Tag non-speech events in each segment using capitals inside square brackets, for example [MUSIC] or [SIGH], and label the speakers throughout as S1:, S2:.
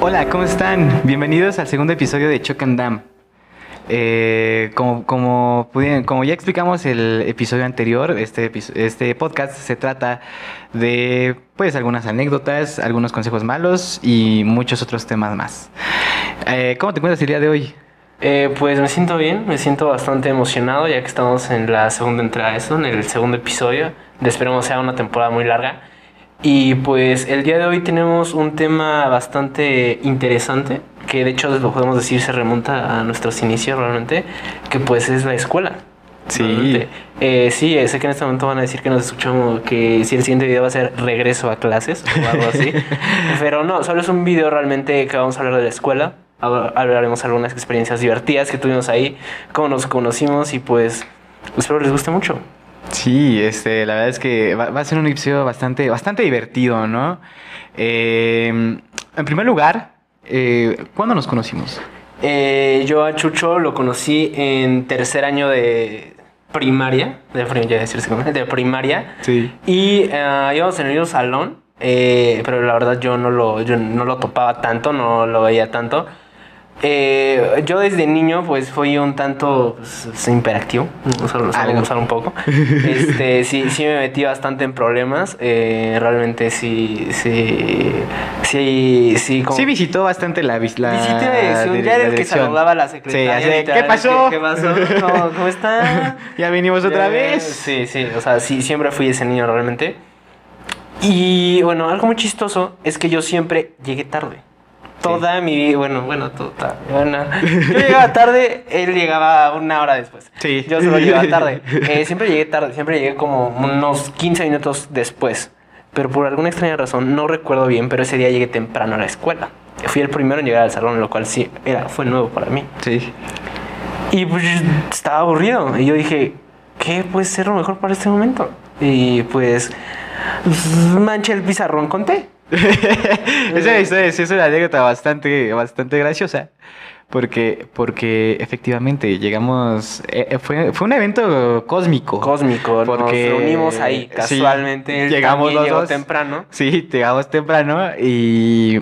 S1: Hola, ¿cómo están? Bienvenidos al segundo episodio de Choc and Dam. Eh, como, como, pudieron- como ya explicamos el episodio anterior, este, epi- este podcast se trata de pues algunas anécdotas, algunos consejos malos y muchos otros temas más. Eh, ¿Cómo te encuentras el día de hoy?
S2: Eh, pues me siento bien, me siento bastante emocionado ya que estamos en la segunda entrada de esto, en el segundo episodio. de Esperemos sea una temporada muy larga. Y pues el día de hoy tenemos un tema bastante interesante, que de hecho lo podemos decir se remonta a nuestros inicios realmente, que pues es la escuela.
S1: Sí.
S2: realmente. Eh, sí, eh, sé que en este momento van a decir que nos escuchamos, que si el siguiente video va a ser regreso a clases o algo así. Pero no, solo es un video realmente que vamos a hablar de la escuela. Habla- Hablaremos algunas experiencias divertidas que tuvimos ahí, cómo nos conocimos y pues espero les guste mucho.
S1: Sí, este, la verdad es que va, va a ser un episodio bastante, bastante divertido, ¿no? Eh, en primer lugar, eh, ¿cuándo nos conocimos?
S2: Eh, yo a Chucho lo conocí en tercer año de primaria, de, prim- ya iba a decir secundaria, de primaria,
S1: Sí.
S2: y eh, íbamos en el mismo salón, eh, pero la verdad yo no lo, yo no lo topaba tanto, no lo veía tanto. Eh, yo desde niño pues fui un tanto pues, imperactivo, solo
S1: Algo.
S2: algo usar un poco. Este, sí, sí me metí bastante en problemas, eh, realmente sí, sí, sí, sí. como-
S1: Sí visitó bastante la... vis- la
S2: Visité la dirección,
S1: dire-
S2: ya
S1: la
S2: era el que
S1: Ah, dirección.
S2: saludaba a la secretaria.
S1: así de, ¿qué
S2: literal,
S1: pasó?
S2: ¿Qué, qué pasó? No, ¿Cómo está?
S1: [LAUGHS] Ya venimos otra
S2: Ya,
S1: vez.
S2: Sí, sí, o sea, sí, siempre fui ese niño realmente. Y bueno, algo muy chistoso es que yo siempre llegué tarde. Toda mi vida, bueno, bueno, toda. Bueno, yo llegaba tarde, él llegaba una hora después.
S1: Sí.
S2: Yo solo llegaba
S1: [LAUGHS]
S2: tarde. Eh, siempre llegué tarde, siempre llegué como unos 15 minutos después. Pero por alguna extraña razón, no recuerdo bien, pero ese día llegué temprano a la escuela. Fui el primero en llegar al salón, lo cual sí era, fue nuevo para mí.
S1: Sí. [LAUGHS]
S2: Y pues estaba aburrido. Y yo dije, ¿qué puede ser lo mejor para este momento? Y pues manché el pizarrón con té.
S1: esa, esa- esa es una anécdota bastante, bastante graciosa. Porque, porque efectivamente llegamos. eh, eh, fue, fue un evento cósmico.
S2: Cósmico,
S1: Porque-
S2: nos reunimos ahí
S1: sí,
S2: casualmente. él
S1: llegamos
S2: también
S1: los
S2: llegó
S1: dos.
S2: temprano.
S1: Sí, llegamos temprano y.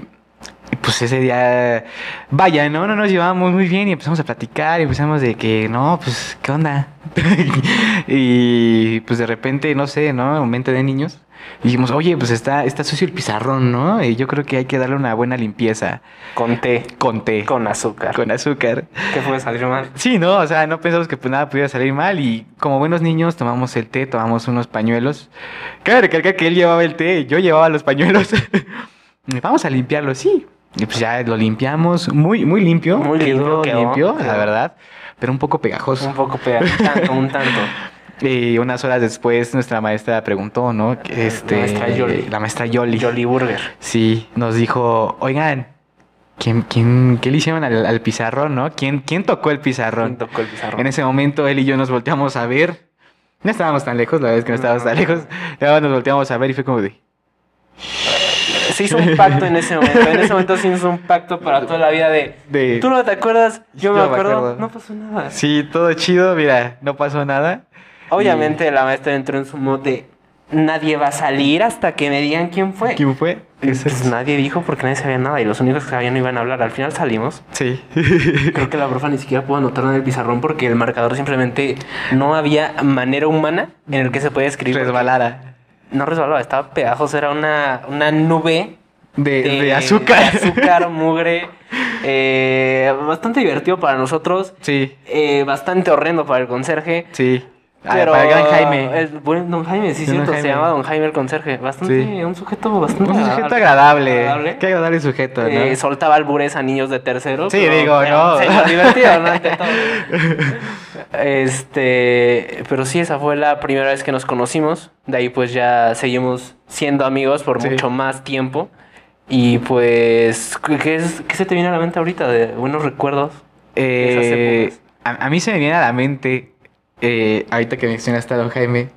S1: y, Pues ese día, vaya, ¿no? No nos llevábamos muy bien y empezamos a platicar y empezamos de que, no, pues, ¿qué onda? [LAUGHS] y pues de repente, no sé, ¿no? Mente de niños. Dijimos, oye, pues está, está sucio el pizarrón, ¿no? Y yo creo que hay que darle una buena limpieza
S2: Con té,
S1: con té, con,
S2: con azúcar.
S1: azúcar.
S2: ¿Qué puede salir mal?
S1: Sí, no, o sea, no pensamos que pues, nada pudiera salir mal y como buenos niños tomamos el té, tomamos unos pañuelos. Cabe recalcar que él llevaba el té, yo llevaba los pañuelos. [LAUGHS] Y Vamos a limpiarlo, sí. Y pues ya lo limpiamos, muy, muy limpio.
S2: Muy limpio quedó,
S1: limpio, la
S2: quedó.
S1: verdad, pero un poco pegajoso.
S2: Un poco pegado, un tanto,
S1: [LAUGHS]
S2: un tanto.
S1: Y unas horas después nuestra maestra preguntó, ¿no? Que,
S2: La
S1: Este,
S2: maestra Yoli.
S1: La maestra Yoli.
S2: Jolly Burger.
S1: Sí, nos dijo, oigan, ¿quién, quién, ¿qué le hicieron al, al pizarrón, no? ¿Quién, ¿Quién tocó el pizarrón?
S2: Tocó el pizarrón.
S1: En ese momento él y yo nos volteamos a ver. No estábamos tan lejos, la verdad es que no estábamos tan lejos.
S2: [LAUGHS]
S1: Luego nos volteamos a ver y fue como de...
S2: Se hizo un pacto en ese momento. En ese momento se hizo un pacto para toda la vida de.
S1: de-
S2: Tú no te acuerdas, yo me
S1: Yo me
S2: acuerdo.
S1: acuerdo.
S2: No pasó nada.
S1: Sí, todo chido, mira, no pasó nada.
S2: Obviamente la maestra entró en su modo de nadie va a salir hasta que me digan quién fue.
S1: ¿Quién fue?
S2: Y Pues nadie dijo porque nadie sabía nada y los únicos que sabían no iban a hablar. Al final salimos.
S1: Sí. [LAUGHS]
S2: [LAUGHS] Creo que la profa ni siquiera pudo anotar en el pizarrón porque el marcador simplemente no había manera humana en el que se podía escribir. porque
S1: Resbalada.
S2: No resbalaba, estaba pegajoso, era una, una nube
S1: De, Eh, de azúcar.
S2: de [LAUGHS] azúcar, mugre. Eh, bastante divertido para nosotros,
S1: [LAUGHS] Sí,
S2: eh, bastante horrendo para el conserje.
S1: sí. Ah,
S2: Pero,
S1: para el gran Jaime.
S2: el buen don Jaime, sí,
S1: Don
S2: cierto.
S1: Jaime.
S2: Se llama don Jaime el conserje. Bastante,
S1: Sí.
S2: un sujeto bastante.
S1: Un sujeto agradable.
S2: Ah, agradable.
S1: Qué agradable sujeto, Este, ¿no?
S2: Eh, soltaba albures a niños de terceros.
S1: Sí, digo, no.
S2: Señor divertido, ¿no? Ante
S1: [LAUGHS]
S2: todo. Este. Pero sí, esa fue la primera vez que nos conocimos. De ahí, pues ya seguimos siendo amigos por
S1: Sí.
S2: mucho más tiempo. Y pues, ¿qué, qué es- qué se te viene a la mente ahorita de buenos recuerdos?
S1: Eh,
S2: esas
S1: a, a mí se me viene a la mente, eh, ahorita que mencionaste a don Jaime,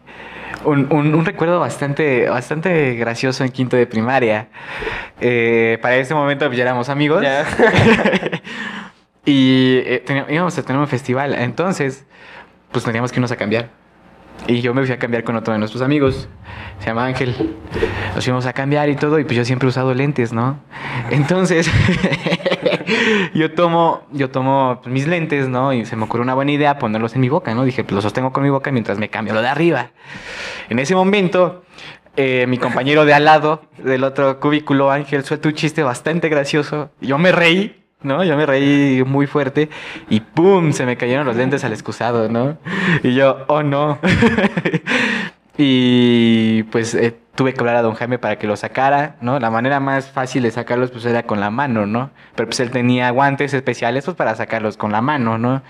S1: un, un- un recuerdo bastante, bastante gracioso en quinto de primaria. Eh, para ese momento pues, ya éramos amigos [LAUGHS]
S2: Ya.
S1: y eh, teni- íbamos a tener un festival. Entonces, pues teníamos que irnos a cambiar. Y yo me fui a cambiar con otro de nuestros amigos. Se llama Ángel. Nos fuimos a cambiar y todo. Y pues yo siempre he usado lentes, ¿no? Entonces, [LAUGHS] yo tomo, yo tomo pues, mis lentes, ¿no? Y se me ocurrió una buena idea ponerlos en mi boca, ¿no? Dije, pues los sostengo con mi boca mientras me cambio lo de arriba. En ese momento, eh, mi compañero de al lado, del otro cubículo, Ángel, suelta un chiste bastante gracioso. Yo me reí. ¿no? Yo me reí muy fuerte y ¡pum! Se me cayeron los lentes al excusado, ¿no? Y yo, ¡oh no! [LAUGHS] y pues eh, tuve que hablar a don Jaime para que lo sacara, ¿no? La manera más fácil de sacarlos pues era con la mano, ¿no? Pero pues él tenía guantes especiales pues para sacarlos con la mano, ¿no?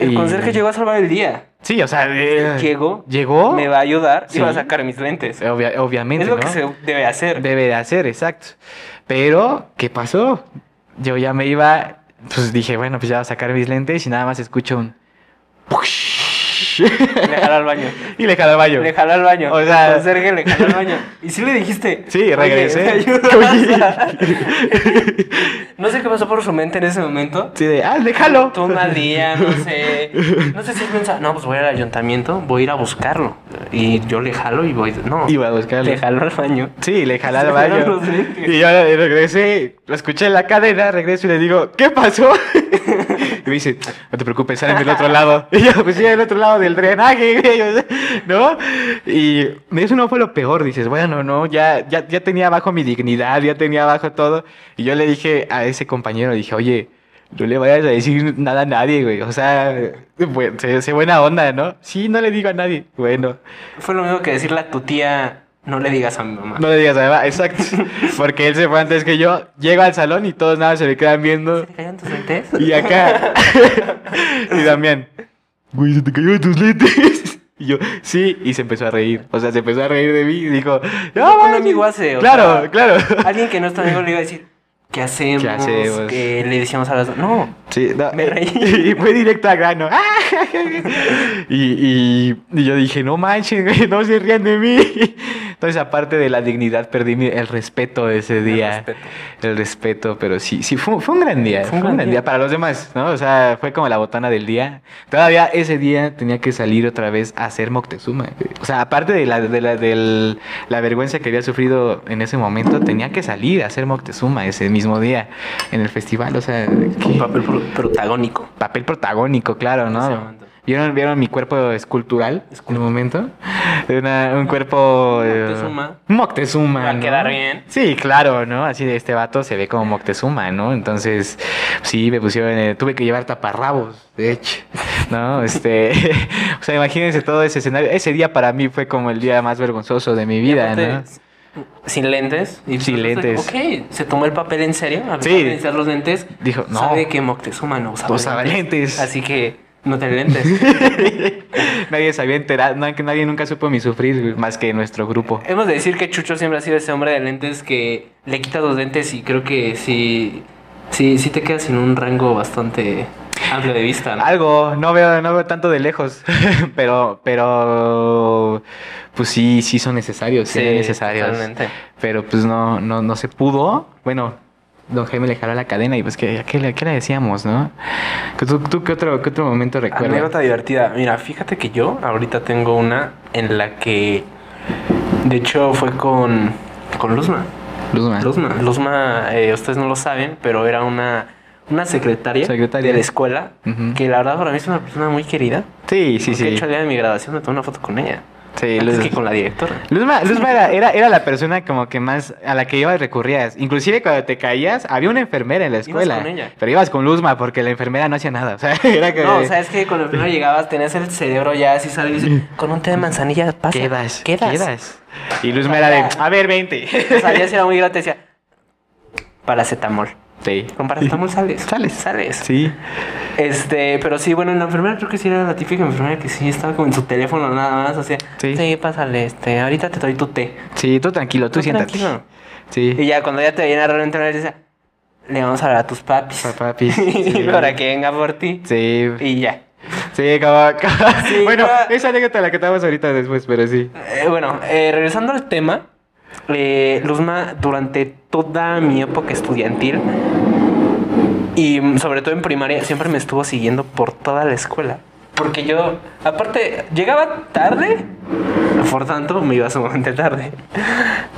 S2: El
S1: Y-
S2: conserje llegó a salvar el día.
S1: Sí, o sea... eh,
S2: Llegó.
S1: ¿Llegó?
S2: Me va a ayudar y
S1: Sí.
S2: va a sacar mis lentes.
S1: Obvia- obviamente,
S2: Es lo
S1: ¿no?
S2: que se debe hacer.
S1: [LAUGHS] Debe de hacer, exacto. Pero, ¿qué pasó? Yo ya me iba, pues dije, bueno, pues ya voy a sacar mis lentes y nada más escucho un... [LAUGHS] push.
S2: Le jaló al baño.
S1: y le jaló al baño.
S2: Le jaló al baño.
S1: O sea-
S2: El conserje le jaló al baño. Y sí le dijiste.
S1: Sí,
S2: "Oye,
S1: regresé. [LAUGHS]
S2: ¿me ayudas?"
S1: Oye.
S2: [LAUGHS] no sé qué pasó por su mente en ese momento.
S1: [LAUGHS] Sí, de, ah, déjalo.
S2: Todo un mal día, no sé. No sé si piensa, no, pues voy al ayuntamiento, voy a ir a buscarlo. Y yo le jalo y voy. No.
S1: Iba a buscarlo.
S2: Le jaló al baño.
S1: Sí, le jalé
S2: Se
S1: al
S2: jalaron
S1: baño.
S2: los lentes.
S1: Y yo eh, regresé, lo escuché en la cadena, regreso y le digo, ¿qué pasó? [LAUGHS] Y me dice, no te preocupes, salen del otro lado. Y yo, pues sí, del otro lado del drenaje, [LAUGHS] güey, o sea, ¿no? Y eso no fue lo peor, dices, bueno, no, ya, ya, ya tenía abajo mi dignidad, ya tenía abajo todo. Y yo le dije a ese compañero, dije, oye, no le vayas a decir nada a nadie, güey. O sea, bueno, se, se buena onda, ¿no? Sí, no le digo a nadie. Bueno,
S2: Fue lo mismo que decirle a tu tía, no le digas a mi mamá.
S1: no le digas a Eva, exacto. [LAUGHS] Porque él se fue antes que yo. Llego al salón y todos nada más se me quedan viendo.
S2: ¿Te cayeron tus lentes?
S1: Y acá. [LAUGHS] y Damián. Güey, se te cayeron tus lentes. [LAUGHS] Y yo, sí, y se empezó a reír. O sea, se empezó a reír de mí y dijo, no,
S2: Un
S1: manches".
S2: amigo hace, o
S1: Claro,
S2: sea, [LAUGHS]
S1: claro.
S2: Alguien que no es tu amigo le iba a decir, ¿qué hacemos?
S1: ¿Qué
S2: ¿Qué
S1: hacemos?
S2: le decíamos a las dos? No.
S1: Sí, no,
S2: Me reí.
S1: Y fue directo a grano. [LAUGHS] y, y- y yo dije, no manchen, güey, no se rían de mí. [LAUGHS] Entonces, aparte de la dignidad, perdí mi- el respeto de ese día.
S2: respeto.
S1: El respeto, pero sí, sí, fue, fue un gran día. Fue un gran día para los demás, ¿no? O sea, fue como la botana del día. Todavía ese día tenía que salir otra vez a hacer Moctezuma. güey. O sea, aparte de la, de la, del- la vergüenza que había sufrido en ese momento, tenía que salir a hacer Moctezuma ese mismo día en el festival. O sea,
S2: Un
S1: ¿qué?
S2: papel pro- protagónico.
S1: papel protagónico, claro,
S2: En ese
S1: ¿no?
S2: momento.
S1: ¿Vieron, ¿Vieron mi cuerpo escultural en
S2: Escultura.
S1: un momento? Una- un cuerpo... eh,
S2: Moctezuma.
S1: Moctezuma.
S2: Va a
S1: ¿no?
S2: quedar bien.
S1: Sí, claro, ¿no? Así de este vato se ve como Moctezuma, ¿no? Entonces, sí, me pusieron... eh, tuve que llevar taparrabos, de hecho,
S2: [LAUGHS]
S1: ¿no? Este, [LAUGHS] o sea, imagínense todo ese escenario. Ese día para mí fue como el día más vergonzoso de mi vida,
S2: aparte,
S1: ¿no?
S2: Sin lentes. Y
S1: Sin lentes.
S2: Ok, se tomó el papel en serio. A pesar
S1: Sí.
S2: de necesitar los lentes.
S1: Dijo, no.
S2: Sabe que Moctezuma no usaba,
S1: No usaba lentes.
S2: Así que no tiene lentes.
S1: [LAUGHS] nadie se había enterado, na- que nadie nunca supo mi sufrir güey, más que nuestro grupo.
S2: Hemos de decir que Chucho siempre ha sido ese hombre de lentes que le quita los lentes y creo que sí, sí, sí te quedas sin un rango bastante amplio de vista. ¿no?
S1: Algo, no veo, no veo tanto de lejos, [LAUGHS] pero, pero, pues sí, sí son necesarios, sí, eran necesarios.
S2: totalmente.
S1: Pero pues no, no, no se pudo. Bueno, don Jaime le jaló la cadena y pues que, ¿qué, le, qué le decíamos, no? ¿Tú, tú, tú qué otro, qué otro momento recuerdas?
S2: Anécdota divertida. Mira, fíjate que yo ahorita tengo una en la que, de hecho, fue con, con Luzma.
S1: Luzma.
S2: Luzma, Luzma, eh, ustedes no lo saben, pero era una, una secretaria,
S1: Secretaria.
S2: de la escuela,
S1: Ujú.
S2: que la verdad para mí es una persona muy querida.
S1: Sí, sí,
S2: Porque De
S1: sí.
S2: hecho, el día de mi graduación me tomé una foto con ella.
S1: Sí,
S2: Antes
S1: Luzma.
S2: que con la directora.
S1: Luzma, Luzma era, era, era la persona como que más a la que ibas recurrías. Inclusive cuando te caías, había una enfermera en la escuela.
S2: con ella.
S1: Pero ibas con Luzma porque la enfermera no hacía nada. O sea, [LAUGHS] era que...
S2: No, o sea, es que cuando primero llegabas tenías el cerebro ya así salido y dices, con un té de manzanilla pasa.
S1: Quedas,
S2: Quedas.
S1: Y Luzma era de, a ver,
S2: [LAUGHS]
S1: 20.
S2: O sea, ya sí era muy gratis, decía, paracetamol.
S1: Sí.
S2: Con paracetamol sales.
S1: Sales.
S2: Sales.
S1: Sí.
S2: Este, pero sí, bueno, en la enfermera creo que sí era la típica enfermera que sí estaba como en su teléfono nada más, hacía,
S1: Sí.
S2: sí. pásale, este, ahorita te doy tu té.
S1: Sí, tú tranquilo, tú
S2: Tú
S1: siéntate.
S2: Ah, tranquilo. Y
S1: Sí.
S2: ya cuando ya te veían a realmente hablar, decía, le vamos a hablar a tus papis.
S1: Pa- papis, sí.
S2: [LAUGHS] y para que venga por ti.
S1: Sí.
S2: Y ya.
S1: Sí, como- como-
S2: Sí,
S1: [LAUGHS] bueno,
S2: ah.
S1: esa anécdota la que estábamos ahorita después, pero sí.
S2: Eh, bueno, eh, regresando al tema, eh, Luzma, durante toda mi época estudiantil y mm, sobre todo en primaria, siempre me estuvo siguiendo por toda la escuela. Porque yo, aparte, llegaba tarde. Por tanto, me iba sumamente tarde.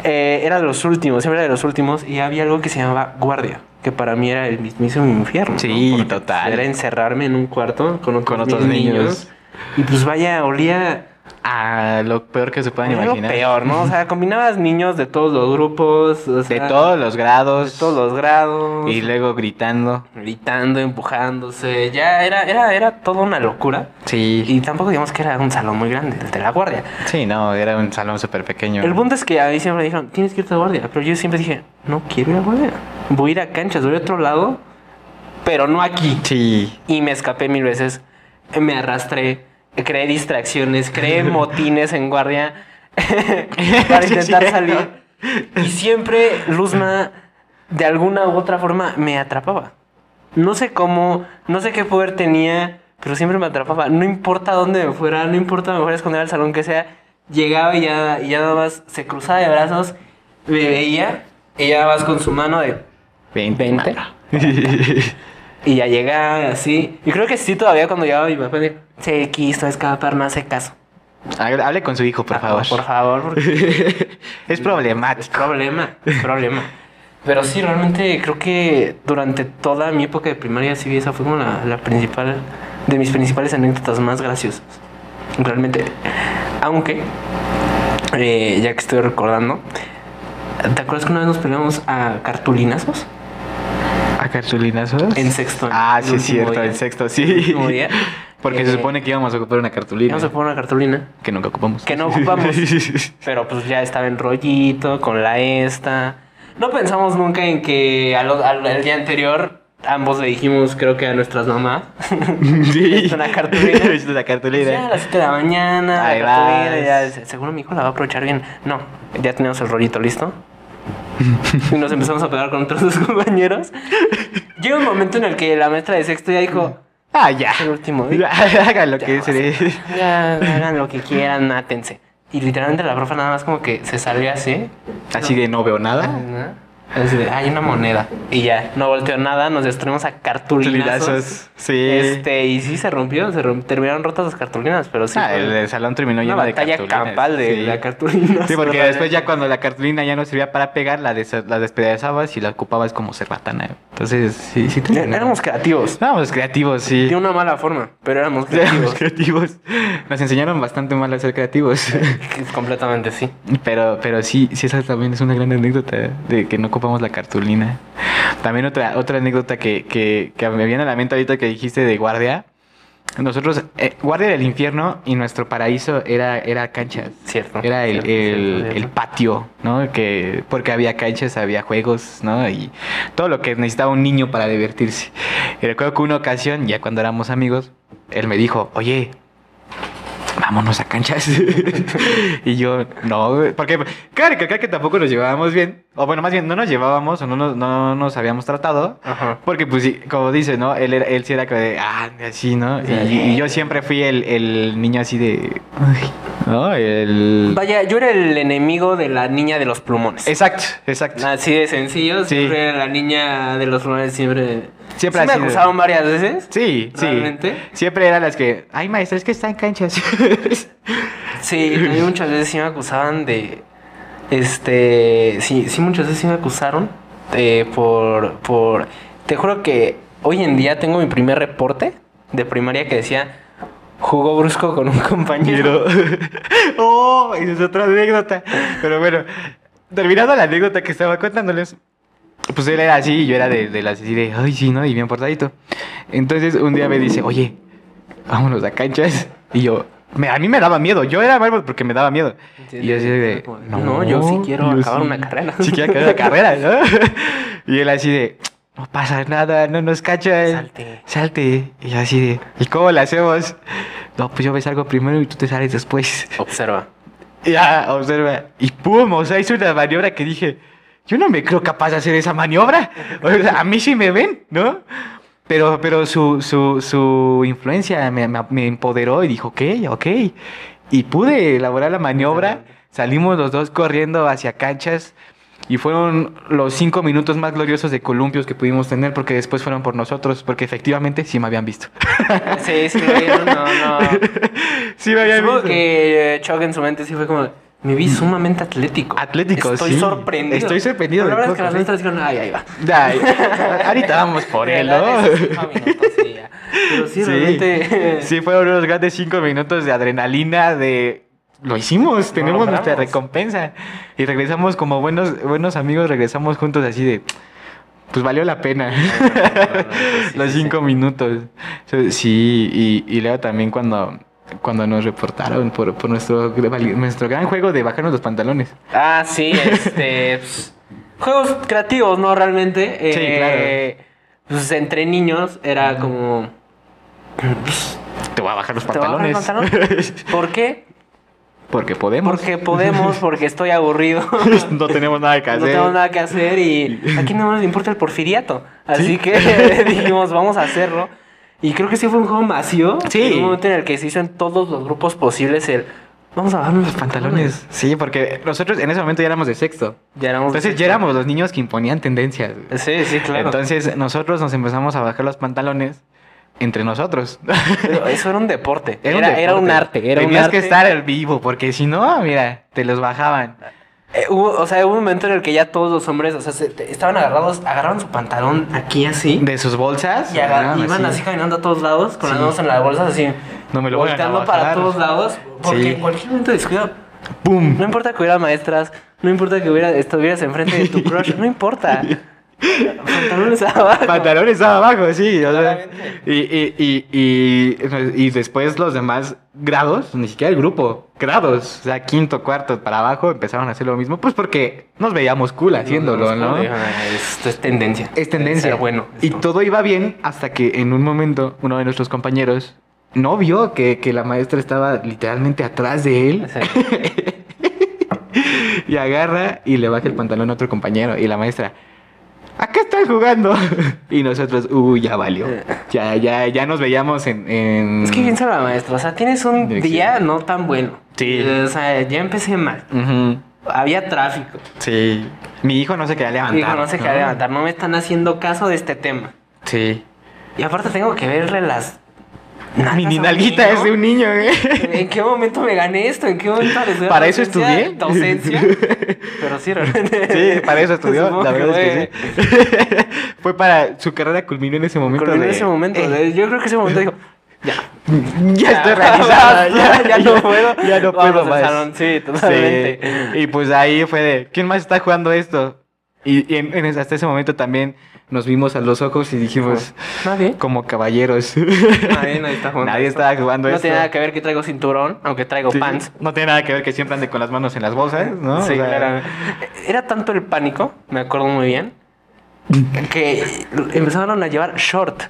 S2: Eh, era de los últimos, siempre era de los últimos. Y había algo que se llamaba guardia. Que para mí era el mismísimo infierno. ¿no?
S1: Sí,
S2: Porque,
S1: total.
S2: Era encerrarme en un cuarto con otros,
S1: Con otros
S2: mil
S1: niños.
S2: Y pues vaya, olía
S1: Ah, lo peor que se puedan
S2: era lo
S1: imaginar.
S2: Pues, peor, ¿no? O sea, combinabas niños de todos los grupos. o
S1: De
S2: sea,
S1: todos los grados.
S2: de todos los grados.
S1: Y luego gritando.
S2: gritando, empujándose. Ya era, era, era toda una locura.
S1: Sí.
S2: Y tampoco digamos que era un salón muy grande, el de la guardia.
S1: Sí, no, era un salón súper pequeño.
S2: El punto es que a mí siempre me dijeron, tienes que irte a guardia. Pero yo siempre dije, no quiero ir a guardia. Voy a ir a canchas, voy a otro lado, pero no aquí.
S1: Sí.
S2: Y me escapé mil veces. Me arrastré. Creé distracciones,
S1: [LAUGHS]
S2: creé motines en guardia para
S1: Sí,
S2: intentar
S1: cierto.
S2: salir. Y siempre Luzma, de alguna u otra forma, me atrapaba. No sé cómo, no sé qué poder tenía, pero siempre me atrapaba. No importa dónde me fuera, no importa me fuera a esconder al salón que sea, llegaba y ya, y ya nada más se cruzaba de brazos, me veía, ella nada más con su mano de
S1: Veinte.
S2: 20. Y ya llegaba así. Y creo que sí, todavía cuando llegaba mi papá me dijo, se quiso escapar, no hace caso.
S1: [LAUGHS] Hable hable con su hijo, por favor.
S2: Ah, Por favor, porque
S1: [LAUGHS] es problemático.
S2: es problema, es problema. Pero sí, realmente creo que durante toda mi época de primaria sí esa fue como la, la principal, de mis principales anécdotas más graciosas. Realmente. Aunque, eh, ya que estoy recordando, ¿te acuerdas que una vez nos peleamos a cartulinazos?
S1: ¿A cartulinazos?
S2: En sexto.
S1: Ah,
S2: el
S1: sí, es
S2: último
S1: cierto,
S2: día.
S1: en sexto,
S2: El
S1: sí.
S2: último día.
S1: [LAUGHS] Porque
S2: Eh,
S1: se supone que íbamos a ocupar una cartulina.
S2: Vamos a poner una cartulina.
S1: Que nunca ocupamos. [LAUGHS]
S2: Que no ocupamos. Pero pues ya estaba en rollito, con la esta. No pensamos nunca en que al, al- el día anterior ambos le dijimos, creo que a nuestras mamás.
S1: [LAUGHS] sí.
S2: Es una cartulina.
S1: [LAUGHS] Es una
S2: Pues, ya a
S1: cartulina.
S2: las 7 de la mañana,
S1: Ahí
S2: la cartulina,
S1: vas.
S2: ya, dice, seguro mi hijo la va a aprovechar bien. No, ya teníamos el
S1: [LAUGHS]
S2: rollito listo. y nos empezamos a pegar con otros dos compañeros. Llega un momento en el que la maestra de sexto ya dijo,
S1: Ah, ya.
S2: el
S1: [LAUGHS]
S2: último día.
S1: Hagan lo que
S2: Ya,
S1: se le-
S2: Ya, hagan lo que quieran, mátense. Y literalmente la profa nada más como que se salió así.
S1: [LAUGHS] Así de no veo nada.
S2: Ah, Así de, hay una moneda. Y ya, no volteó nada, nos destruimos a cartulinazos.
S1: Cartulinazos. Sí.
S2: Este, y sí se rompió, se romp- terminaron rotas las cartulinas, pero sí.
S1: Ah,
S2: fue
S1: el, el salón terminó
S2: una
S1: lleno de
S2: batalla
S1: cartulinas.
S2: campal de
S1: sí.
S2: la cartulina.
S1: Sí, porque después ya cuando la cartulina ya no servía para pegar, la, des- la despedazabas y la ocupabas como cerbatana. Entonces, sí, sí.
S2: É- [LAUGHS] Éramos creativos.
S1: Éramos pues, creativos, sí. [LAUGHS]
S2: De una mala forma, pero éramos
S1: Éramos
S2: creativos.
S1: creativos. Nos enseñaron bastante mal a ser creativos. [LAUGHS]
S2: [LAUGHS] Completamente, sí.
S1: Pero, pero sí, sí, esa también es una gran anécdota de que no ocupamos la cartulina. También otra, otra anécdota que, que, que me viene a la mente ahorita que dijiste de guardia. Nosotros, eh, guardia del infierno y nuestro paraíso era, era canchas.
S2: Cierto.
S1: Era el,
S2: Cierto,
S1: el-
S2: cierto,
S1: el
S2: cierto.
S1: patio, ¿no? Que, porque había canchas, había juegos, ¿no? Y todo lo que necesitaba un niño para divertirse. Y recuerdo que una ocasión, ya cuando éramos amigos, él me dijo, oye, vámonos a canchas. [LAUGHS] y yo, no, güey", porque claro recalcar que tampoco nos llevábamos bien. O bueno, más bien, no nos llevábamos o no nos, no nos habíamos tratado.
S2: Ajá.
S1: Porque, pues, sí, como dice, ¿no? Él, era- él sí era como de, ah, así, ¿no? Y, y yo siempre fui el, el niño así de, "Ay", ¿no? El...
S2: Vaya, yo era el enemigo de la niña de los plumones.
S1: Exacto, exacto.
S2: Así de sencillo,
S1: Sí.
S2: siempre la niña de los lunes siempre...
S1: Siempre
S2: sí me
S1: ha sido.
S2: acusaron varias veces.
S1: Sí, sí.
S2: ¿Realmente?
S1: Siempre eran las que, ay, maestra, es que está en canchas. [LAUGHS]
S2: Sí, a mí muchas veces sí me acusaban de... Este... Sí, sí muchas veces sí me acusaron eh, por, por... Te juro que hoy en día tengo mi primer reporte de primaria que decía... Jugó brusco con un compañero.
S1: Pero- [LAUGHS] oh, esa es otra anécdota. Pero bueno, terminando la anécdota que estaba contándoles, pues él era así y yo era de, de las así de, ay, sí, ¿no? Y bien portadito. Entonces un día me dice, oye, vámonos a canchas. Y yo, me- a mí me daba miedo. Yo era árbol porque me daba miedo. Y yo así de,
S2: No, yo sí quiero
S1: yo
S2: acabar
S1: sí-
S2: una carrera.
S1: Sí quiero acabar una carrera, ¿no? [LAUGHS] Y él así de, no pasa nada, no nos cachas.
S2: [LAUGHS] Salte.
S1: Salte. Y yo así de, ¿y cómo la hacemos? No, pues yo me salgo primero y tú te sales después.
S2: Observa.
S1: Y Ya, observa. Y pum, o sea, hice una maniobra que dije, yo no me creo capaz de hacer esa maniobra. O sea, a mí sí me ven, ¿no? Pero, pero su, su, su influencia me, me- me empoderó y dijo, ok, ok. Y pude elaborar la maniobra. Salimos los dos corriendo hacia canchas. Y fueron los cinco minutos más gloriosos de columpios que pudimos tener porque después fueron por nosotros, porque efectivamente sí me habían visto.
S2: Sí, sí, lo vieron, no,
S1: [LAUGHS]
S2: no.
S1: sí me habían
S2: Supongo
S1: visto.
S2: que eh, Chuck en su mente sí fue como, me vi sumamente atlético.
S1: Mm. Atlético,
S2: Estoy
S1: sí.
S2: sorprendido.
S1: Estoy sorprendido
S2: Pero la
S1: del
S2: verdad es que las
S1: coco,
S2: nuestras dijeron, ay, ahí va.
S1: Ay, [LAUGHS] ahorita vamos por él, ¿no?
S2: Eso
S1: [LAUGHS]
S2: sí, cinco minutos, sí, ya. Pero sí, realmente...
S1: sí, fueron unos grandes cinco minutos de adrenalina de... Lo hicimos, tenemos nuestra
S2: logramos.
S1: recompensa. Y regresamos como buenos, buenos amigos, regresamos juntos así de... Pues valió la pena. [LAUGHS] Los cinco minutos. So, Sí, y, y luego también cuando, cuando nos reportaron por, por nuestro, gra- nuestro gran juego de bajarnos los pantalones.
S2: Ah, sí, este. pues, juegos creativos, ¿no? Realmente.
S1: Sí,
S2: eh, Pues entre niños era como. pues,
S1: Te voy a bajar los
S2: ¿Te voy a bajar
S1: pantalones.
S2: el ¿Por qué?
S1: [LAUGHS] Porque podemos.
S2: Porque podemos, porque estoy aburrido.
S1: [LAUGHS] no tenemos nada que hacer.
S2: [LAUGHS] No tengo nada que hacer y aquí no nos importa el porfiriato. Así
S1: Sí.
S2: que [LAUGHS] dijimos, vamos a hacerlo. Y creo que sí fue un juego masivo.
S1: Sí.
S2: Un momento en el que se hizo en todos los grupos posibles el. Vamos a bajarnos los pantalones.
S1: Pantalones. Sí, porque nosotros en ese momento ya éramos de sexto.
S2: Ya éramos.
S1: Entonces Pues ya éramos los niños que imponían tendencias. güey.
S2: Sí, sí, claro.
S1: Entonces nosotros nos empezamos a bajar los pantalones entre nosotros. [LAUGHS]
S2: Pero eso era un deporte. Era,
S1: Era
S2: era un,
S1: deporte.
S2: arte. Era un
S1: Tenías
S2: arte.
S1: que estar al vivo, porque si no, mira, te los bajaban.
S2: Eh, hubo- o sea, hubo un momento en el que ya todos los hombres, o sea, se- te- estaban agarrados, agarraban su pantalón aquí así.
S1: De sus bolsas.
S2: y agar-
S1: agarraban
S2: iban así. caminando a todos lados, con las
S1: Sí.
S2: manos en las bolsas así.
S1: No me lo vayan a
S2: Volteando
S1: bajar.
S2: para todos lados. Porque
S1: Sí.
S2: en cualquier momento de descuido. [LAUGHS]
S1: ¡Pum!
S2: No importa que hubiera maestras, no importa que hubiera, estuvieras enfrente de tu crush,
S1: [LAUGHS]
S2: no importa. Pantalones abajo.
S1: Pantalones abajo, sí. o sea,
S2: Claramente.
S1: y, y, y, y, y después los demás grados, ni siquiera el grupo, grados, o sea, quinto, cuarto, para abajo, empezaron a hacer lo mismo, pues porque nos veíamos cool haciéndolo, ¿no?
S2: Esto es tendencia.
S1: Es tendencia.
S2: Ser bueno.
S1: Y
S2: esto.
S1: todo iba bien hasta que en un momento uno de nuestros compañeros no vio que, que la maestra estaba literalmente atrás de él
S2: Sí.
S1: y agarra y le baja el pantalón a otro compañero y la maestra, ¿a qué están jugando? [LAUGHS] y nosotros, uy, ya
S2: [LAUGHS]
S1: valió. Ya, ya, ya nos veíamos en... en-
S2: Es que piensa la maestra, o sea, tienes un
S1: Dirección.
S2: día no tan bueno.
S1: Sí.
S2: O sea, ya empecé mal.
S1: Ujú,
S2: Había tráfico.
S1: Sí. Mi hijo no se quería levantar.
S2: Digo, no sé qué levantar, no me están haciendo caso de este tema.
S1: Sí.
S2: Y aparte tengo que verle las... nalgas
S1: Mi
S2: a
S1: nalguita
S2: niño.
S1: es de un niño, ¿eh?
S2: ¿En qué momento me gané esto? ¿En qué momento le doy
S1: Para eso
S2: docencia-
S1: estudié.
S2: Docencia. Pero sí, realmente.
S1: [LAUGHS] Sí, para eso
S2: [LAUGHS]
S1: estudió,
S2: Supongo
S1: la verdad es
S2: fue-
S1: que sí. [LAUGHS] Fue para su carrera culminó en ese momento.
S2: culminó
S1: de,
S2: ese momento.
S1: "Eh,
S2: de- Yo creo que ese momento dijo... Ya,
S1: [LAUGHS] ya estoy
S2: ya,
S1: realizada,
S2: basta,
S1: [LAUGHS] ya,
S2: [LAUGHS] ya no puedo.
S1: Ya no
S2: Vámonos
S1: puedo
S2: al
S1: más.
S2: salón, sí,
S1: Sí,
S2: totalmente.
S1: Y pues ahí fue de, ¿quién más está jugando esto? Y, y en- en- hasta ese momento también nos vimos a los ojos y dijimos,
S2: Nadie.
S1: como caballeros.
S2: [LAUGHS] Nadie, nadie está jugando
S1: Nadie
S2: eso.
S1: estaba jugando
S2: No
S1: esto.
S2: tiene nada que ver que traigo cinturón, aunque traigo
S1: Sí,
S2: pants.
S1: No tiene nada que ver que siempre ande con las manos en las bolsas, ¿no?
S2: Sí,
S1: O sea,
S2: claro. Era tanto el pánico, me acuerdo muy bien, que empezaron a llevar short.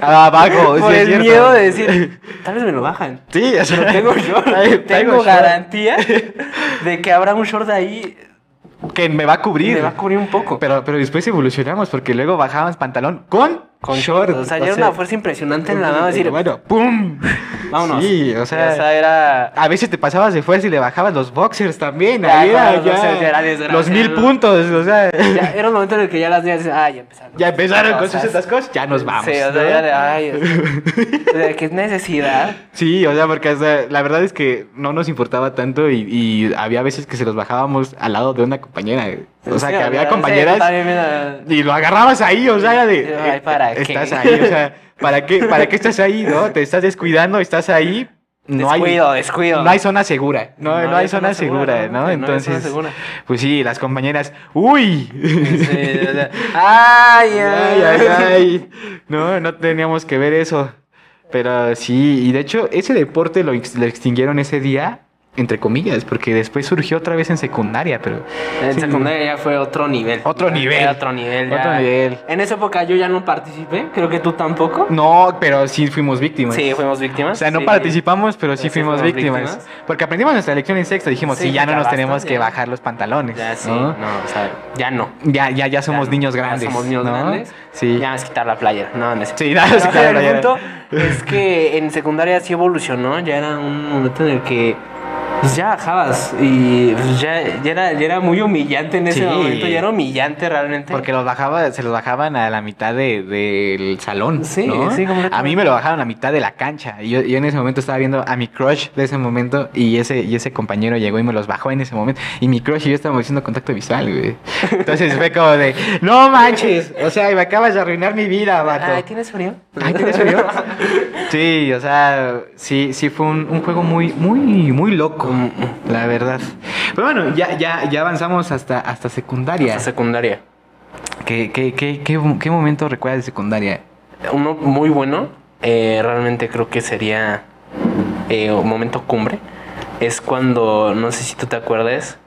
S1: Abajo, Oh, sí,
S2: [LAUGHS] Por
S1: es
S2: el
S1: cierto.
S2: miedo de decir, tal vez me lo
S1: [LAUGHS]
S2: bajan.
S1: Sí, o sea,
S2: Pero tengo
S1: [LAUGHS]
S2: short,
S1: traigo
S2: tengo
S1: short [LAUGHS]
S2: garantía de que habrá un short ahí
S1: Que me va a
S2: y
S1: cubrir.
S2: me va a cubrir un poco.
S1: Pero, pero después evolucionamos porque luego bajábamos pantalón con,
S2: Con
S1: short.
S2: O sea, ya era una fuerza impresionante en la mano decir,
S1: Bueno, ¡pum!
S2: vámonos.
S1: Sí, o sea,
S2: era...
S1: A veces te pasabas de fuerza y le bajabas los boxers también.
S2: Ya,
S1: ahí era,
S2: con los
S1: ya,
S2: boxers ya era desgracia,
S1: los mil
S2: ¿no?
S1: puntos, o sea. [LAUGHS] Ya,
S2: [LAUGHS] ya era un momento en el que ya las niñas decían, ah, ya empezaron.
S1: empezaron con
S2: Cosas.
S1: sus estas cosas, ya nos vamos.
S2: Sí, o sea,
S1: ¿no?
S2: ya de, ay, o sea, qué necesidad.
S1: [LAUGHS] Sí, o sea, porque o sea, la verdad es que no nos importaba tanto y, y había veces que se los bajábamos al lado de una compañera. [LAUGHS] O sea,
S2: Sí,
S1: que había
S2: sí,
S1: compañeras
S2: también, mira,
S1: Y lo agarrabas ahí, o sea, era de.
S2: Ay,
S1: eh,
S2: ¿para qué?
S1: Estás ahí, o sea, ¿para qué, ¿para qué estás ahí, no? Te estás descuidando, estás ahí. No
S2: descuido,
S1: hay.
S2: descuido.
S1: No hay zona segura, no, no, hay zona segura, ¿no?
S2: realmente, no hay zona
S1: Entonces, [LAUGHS]
S2: segura.
S1: pues sí, las compañeras, ¡uy!
S2: Sí,
S1: [LAUGHS]
S2: o sea, ay,
S1: ay, ay, ay. No, no teníamos que ver eso. Pero sí, y de hecho, ese deporte lo, ex- lo extinguieron ese día, entre comillas, porque después surgió otra vez en secundaria, pero...
S2: [LAUGHS] En
S1: sí.
S2: secundaria ya fue otro nivel.
S1: Otro
S2: Ya
S1: nivel.
S2: era Otro nivel. ya.
S1: Otro nivel.
S2: En esa época yo ya no participé, creo que tú tampoco.
S1: No, pero sí fuimos víctimas.
S2: Sí, fuimos víctimas.
S1: O sea, no
S2: sí.
S1: participamos, pero sí
S2: Pero sí
S1: fuimos
S2: fuimos
S1: víctimas.
S2: víctimas.
S1: Porque aprendimos nuestra lección en sexto. Dijimos,
S2: Sí,
S1: sí, ya no
S2: ya
S1: nos
S2: basta,
S1: tenemos que
S2: ya.
S1: bajar los pantalones.
S2: Ya sí,
S1: ¿no?
S2: no, o sea, ya no.
S1: Ya, ya, ya somos
S2: Ya no,
S1: niños
S2: ya
S1: grandes.
S2: somos niños
S1: ¿no?
S2: grandes.
S1: Sí.
S2: Ya es quitar la playera. No, no es
S1: Ah, Sí, [LAUGHS] nada, es
S2: Pero
S1: quitar la
S2: el
S1: playera. [LAUGHS]
S2: punto es que en secundaria sí evolucionó. Ya era un momento en el que pues ya bajabas y pues, ya, ya, era, ya era muy humillante en ese
S1: Sí.
S2: momento, ya era humillante realmente.
S1: Porque los bajaba, se los bajaban a la mitad de- del salón.
S2: Sí,
S1: ¿no?
S2: sí, completamente.
S1: A mí me lo bajaron a la mitad de la cancha. Y yo, yo en ese momento estaba viendo a mi crush de ese momento y ese, y ese compañero llegó y me los bajó en ese momento. Y mi crush y yo estábamos haciendo contacto visual, güey. Entonces fue como de, no manches, o sea, me acabas de arruinar mi vida, vato.
S2: [LAUGHS] Ay, ¿tienes frío?
S1: Ay, ¿tienes
S2: [LAUGHS]
S1: frío? Sí, o sea, sí, sí fue un, un juego muy, muy, muy loco,
S2: Mm,
S1: la verdad. Pero bueno, ya, ya, ya avanzamos hasta, hasta secundaria.
S2: Hasta secundaria.
S1: ¿Qué, qué, qué, qué, qué momento recuerdas de secundaria?
S2: Uno muy bueno, eh, realmente creo que sería eh, un momento cumbre. Es cuando, no sé si tú te acuerdas.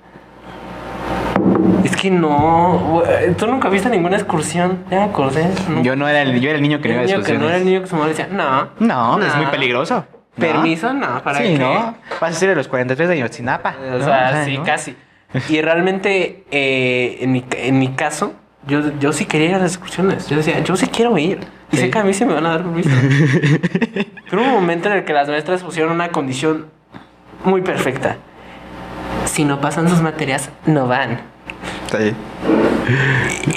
S2: Es que no. güey, Tú nunca viste ninguna excursión. Ya me acordé. no.
S1: Yo no era el, yo era el niño que no iba a
S2: El niño que no era el niño que su madre decía, no.
S1: No, es
S2: no.
S1: muy peligroso. ¿no?
S2: Permiso, no. ¿Para
S1: sí,
S2: qué?
S1: ¿no? Vas a ser de los 43 de Ayotzinapa.
S2: O
S1: ¿no?
S2: sea, sí,
S1: ¿no?
S2: casi. Y realmente, eh, en, mi, en mi caso, yo, yo sí quería ir a las excursiones. Yo decía, yo sí quiero ir. Y
S1: Sí.
S2: sé que a mí sí me van a
S1: [LAUGHS]
S2: dar permiso. Pero hubo un momento en el que las maestras pusieron una condición muy perfecta. Si no pasan sus materias, no van.
S1: Sí.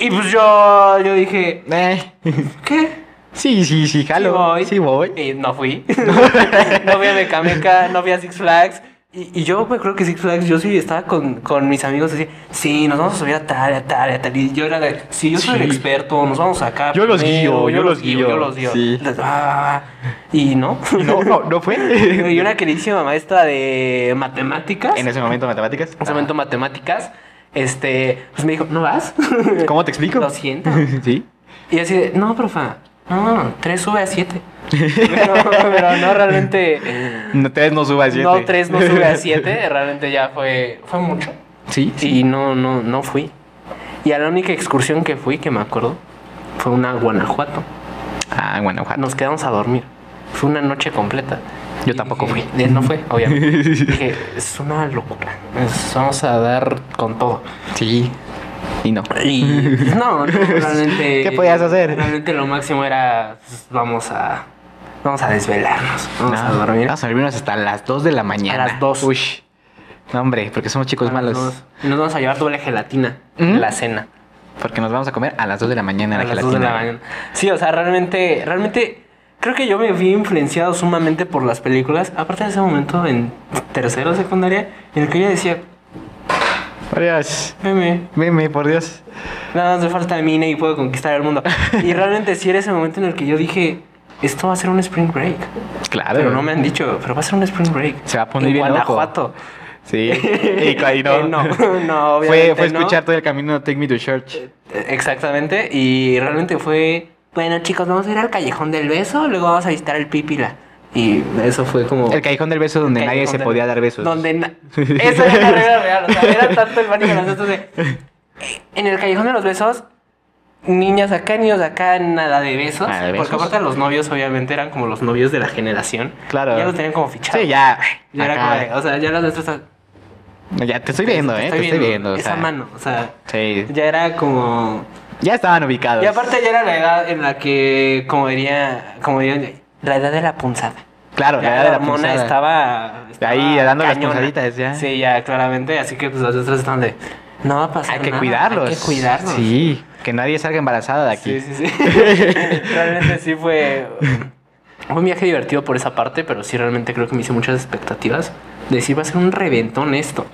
S2: Y pues yo, yo dije,
S1: Eh, [LAUGHS]
S2: ¿qué?
S1: sí, sí, sí, jalo. Sí voy.
S2: [LAUGHS] Y no fui. no fui a Mecameca, no fui a Six Flags. Y, y yo me creo que Six Flags, yo sí estaba con, con mis amigos así, sí, nos vamos a subir a tal, a tal, a tal. Y yo era de, sí, yo soy el
S1: Sí.
S2: experto, nos vamos acá.
S1: Yo los guío, yo los guío.
S2: Yo los guío.
S1: Sí.
S2: Les- ah, Y no. [LAUGHS]
S1: No, no, no fue.
S2: y
S1: [LAUGHS]
S2: una queridísima maestra de matemáticas,
S1: En
S2: en
S1: ese momento, matemáticas.
S2: ese momento matemáticas, este, pues me dijo, ¿no vas? [LAUGHS]
S1: [LAUGHS] ¿Cómo te explico?
S2: Lo siento.
S1: [LAUGHS] Sí.
S2: Y así de, no, profa, no, 3 sube a 7. [LAUGHS] pero, pero no, realmente.
S1: No, tres no suba a siete.
S2: No, 3 no
S1: [LAUGHS]
S2: sube a 7. [LAUGHS] Realmente ya fue, fue mucho.
S1: Sí, sí.
S2: Y no, no, no fui. Y a la única excursión que fui, que me acuerdo, fue una a Guanajuato.
S1: Ah, Guanajuato.
S2: Nos quedamos a dormir. Fue una noche completa.
S1: Yo
S2: Y
S1: tampoco
S2: dije- eh, No fue,
S1: [LAUGHS]
S2: obviamente. Dije, es una locura. Es- vamos a dar con todo.
S1: Sí. Y no.
S2: Y [LAUGHS]
S1: [LAUGHS]
S2: no, no, realmente.
S1: ¿Qué podías hacer?
S2: Realmente lo máximo era pues, vamos a vamos a desvelarnos, vamos a dormir.
S1: Vamos a dormirnos hasta las 2 de la mañana.
S2: A las 2.
S1: Uy. No, hombre, porque somos chicos
S2: A las
S1: malos.
S2: dos. Y nos vamos a llevar doble gelatina
S1: pues, ¿Mm?
S2: la cena.
S1: Porque nos vamos a comer a las 2 de la mañana
S2: A
S1: la
S2: las dos de
S1: gelatina.
S2: la mañana. Sí, o sea, realmente realmente creo que yo me vi influenciado sumamente por las películas, aparte de ese momento en tercero de secundaria en el que yo decía,
S1: Por Dios.
S2: "Meme,
S1: Meme, por Dios.
S2: Nada más me falta mina y puedo conquistar el mundo."
S1: [LAUGHS]
S2: Y realmente sí era ese momento en el que yo dije, esto va a ser un spring break.
S1: Claro.
S2: Pero no me han dicho, pero va a ser un spring break.
S1: Se va a poner
S2: en
S1: bien loco.
S2: Guanajuato. [LAUGHS]
S1: Sí. Y, y no.
S2: Eh, no, [LAUGHS]
S1: [LAUGHS]
S2: no,
S1: Fue, fue
S2: obviamente no.
S1: escuchar todo el camino Take Me to Church.
S2: Eh, Exactamente, y realmente fue, bueno chicos, vamos a ir al Callejón del Beso, luego vamos a visitar el Pípila. Y eso fue como...
S1: El callejón del beso donde
S2: Oh. el
S1: nadie
S2: Callejón
S1: se
S2: del-
S1: podía dar besos. [LAUGHS]
S2: Donde... na- Eso era una regla real, o sea, era tanto el pánico de nosotros de... En el Callejón de los Besos, niñas acá, niños acá, nada de besos.
S1: Nada de besos.
S2: Porque aparte los novios obviamente eran como los novios de la generación.
S1: Claro.
S2: Ya los tenían como fichados.
S1: Sí, ya.
S2: Ya era
S1: Acá.
S2: como de, "Oh, o sea, ya las nuestras estaban-
S1: Ya te estoy viendo, ¿eh? Te estoy viendo. o
S2: esa
S1: sea.
S2: mano, o sea,
S1: Sí.
S2: ya era como...
S1: Ya estaban ubicados.
S2: Y aparte ya era la edad en la que, como diría, como dirían, la edad de la punzada.
S1: Claro,
S2: Ya
S1: la edad de la
S2: mona
S1: punzada.
S2: estaba, estaba
S1: Ahí, dando las
S2: cañona.
S1: punzaditas, ya.
S2: Sí, ya, claramente, así que pues las otras están de, no va a pasar
S1: Hay que
S2: nada,
S1: cuidarlos.
S2: Hay que cuidarlos.
S1: Sí, que nadie salga embarazada de aquí.
S2: sí,
S1: [LAUGHS]
S2: sí. sí. realmente sí fue fue un viaje divertido por esa parte, pero sí realmente creo que me hice muchas expectativas. De decir, va a ser un reventón esto.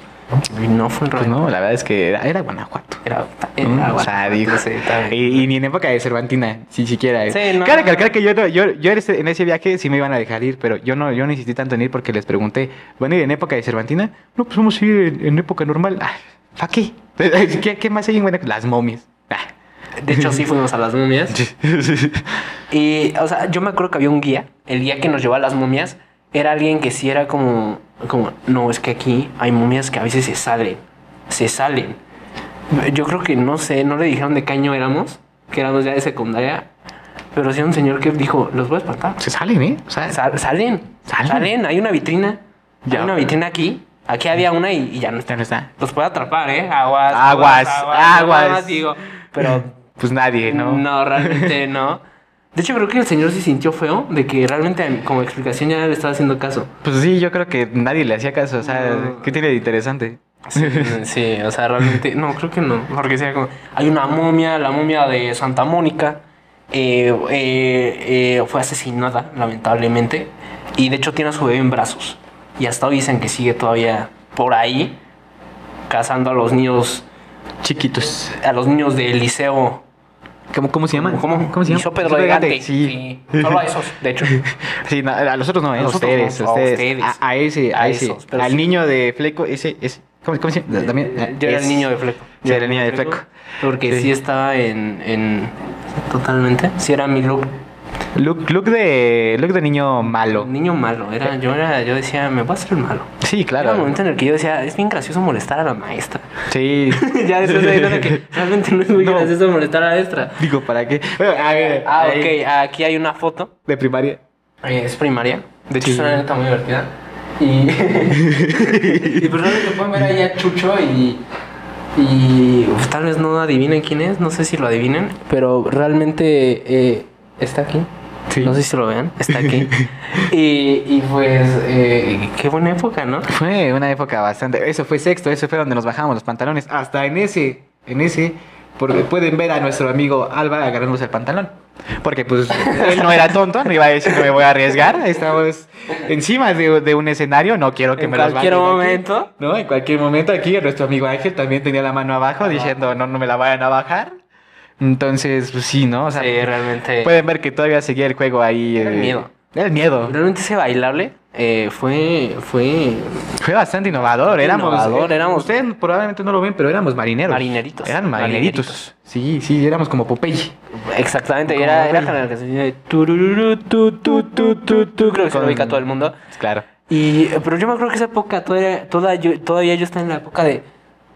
S2: Y no fue un
S1: Pues
S2: reventón.
S1: no, la verdad es que era, era Guanajuato.
S2: Era,
S1: Mm,
S2: era
S1: o sea, dijo.
S2: sí, también.
S1: Y, y ni en época de Cervantina, si siquiera.
S2: Sí, no,
S1: Cabe
S2: no,
S1: recalcar
S2: no.
S1: que yo, no- yo, yo en ese- en ese viaje sí me iban a dejar ir, pero yo no, yo no insistí tanto en ir porque les pregunté, ¿van a ir en época de Cervantina? No, pues vamos a ir en, en época normal. Ah, ¿Para qué? [LAUGHS] qué? qué más hay en Guanajuato? Las momias. Ah. [LAUGHS]
S2: De hecho, sí fuimos a las momias. Y, o sea, yo me acuerdo que había un guía. El guía que nos llevó a las momias era alguien que sí era como, como, no, es que aquí hay momias que a veces se salen. Se salen. Yo creo que no sé, no le dijeron de qué año éramos, que éramos ya de secundaria. Pero sí un señor que dijo, los voy a espantar.
S1: Se salen, ¿eh? O sea,
S2: Sal- salen,
S1: Salen.
S2: salen, hay una vitrina.
S1: Ya.
S2: Hay una vitrina aquí. Aquí había una y, y ya no está.
S1: ya no está.
S2: Los puede atrapar, ¿eh? Aguas.
S1: Aguas,
S2: Yo nada
S1: aguas.
S2: más digo, pero
S1: Pues nadie, ¿no?
S2: no, realmente no. De hecho, creo que el señor se sintió feo de que realmente como explicación ya le estaba haciendo caso.
S1: Pues sí, yo creo que nadie le hacía caso. O sea,
S2: No.
S1: ¿qué tiene de interesante? [LAUGHS]
S2: Sí, sí, o sea, realmente, no, creo que no, porque sea como, hay una momia, la momia de Santa Mónica, eh, eh, eh, fue asesinada, lamentablemente, y de hecho tiene a su bebé en brazos, y hasta hoy dicen que sigue todavía por ahí, cazando a los niños,
S1: Chiquitos.
S2: a los niños del liceo.
S1: ¿Cómo, cómo se llama?
S2: ¿Cómo,
S1: ¿Cómo se llama?
S2: Liceo Pedro de Gante,
S1: Sí.
S2: sí, solo a esos, de hecho.
S1: [LAUGHS] Sí, no, a los otros no, eh,
S2: A
S1: a
S2: los otros
S1: ustedes,
S2: no,
S1: a
S2: a
S1: ustedes.
S2: ustedes.
S1: A, a ese, a,
S2: A
S1: ese.
S2: esos, pero
S1: Al
S2: sí.
S1: niño de Fleco, ese, ese. ¿Cómo, cómo se llama? También, eh,
S2: Yo era el
S1: es-
S2: niño de fleco.
S1: Sí, era el niño de fleco.
S2: Porque sí,
S1: Sí.
S2: estaba en, en. Totalmente. Sí, era mi look.
S1: Look, look de, look de niño malo.
S2: Niño malo. Era, yo, era, yo decía, me voy a hacer el malo.
S1: Sí,
S2: Era el
S1: claro.
S2: momento en el que yo decía, es bien gracioso molestar a la maestra. [LAUGHS]
S1: Sí.
S2: ya después de ahí, era que realmente no es muy
S1: No.
S2: gracioso molestar a la maestra.
S1: Digo, ¿para qué? Bueno, a ver,
S2: Ah,
S1: ahí,
S2: ok. Aquí hay una foto.
S1: De primaria.
S2: Eh, Es primaria. De hecho,
S1: Sí.
S2: es una anécdota muy divertida. Y, [LAUGHS] y pues realmente pueden ver ahí a Chucho y. Y uf, tal vez no adivinen quién es, no sé si lo adivinen, pero realmente eh, está aquí.
S1: Sí.
S2: No sé si lo vean,
S1: [LAUGHS]
S2: está aquí. y, y pues, eh, qué buena época, ¿no?
S1: Fue una época bastante. Eso fue sexto, eso fue donde nos bajamos los pantalones. Hasta en ese, en ese, porque pueden ver a nuestro amigo Alba agarrándose el pantalón. Porque
S2: [LAUGHS]
S1: pues él no era tonto, no iba a decir no me voy a arriesgar. Estamos encima de, de un escenario, no quiero que
S2: En
S1: me los
S2: cualquier
S1: bajen aquí.
S2: momento.
S1: No, en cualquier momento aquí nuestro amigo Ángel también tenía la mano abajo diciendo no, no me la vayan a bajar. Entonces, pues sí, ¿no? O sea,
S2: Sí, realmente.
S1: pueden ver que todavía seguía el juego ahí.
S2: Era el
S1: eh,
S2: miedo.
S1: El miedo.
S2: Realmente ese bailable eh, fue, fue
S1: Fue bastante innovador, éramos. eh,
S2: Innovador, éramos-
S1: Ustedes probablemente no lo ven, pero éramos marineros.
S2: Marineritos.
S1: Eran marineritos. Sí, sí, éramos como Popeye.
S2: Exactamente,
S1: Como
S2: era,
S1: la
S2: era
S1: peli.
S2: con el que se dice tururú, tu, tu, tu, tu, tu, creo que se lo
S1: Con-
S2: ubica todo el mundo.
S1: Claro.
S2: Y, pero yo me acuerdo que esa época todavía, toda yo, todavía yo estaba en la época de,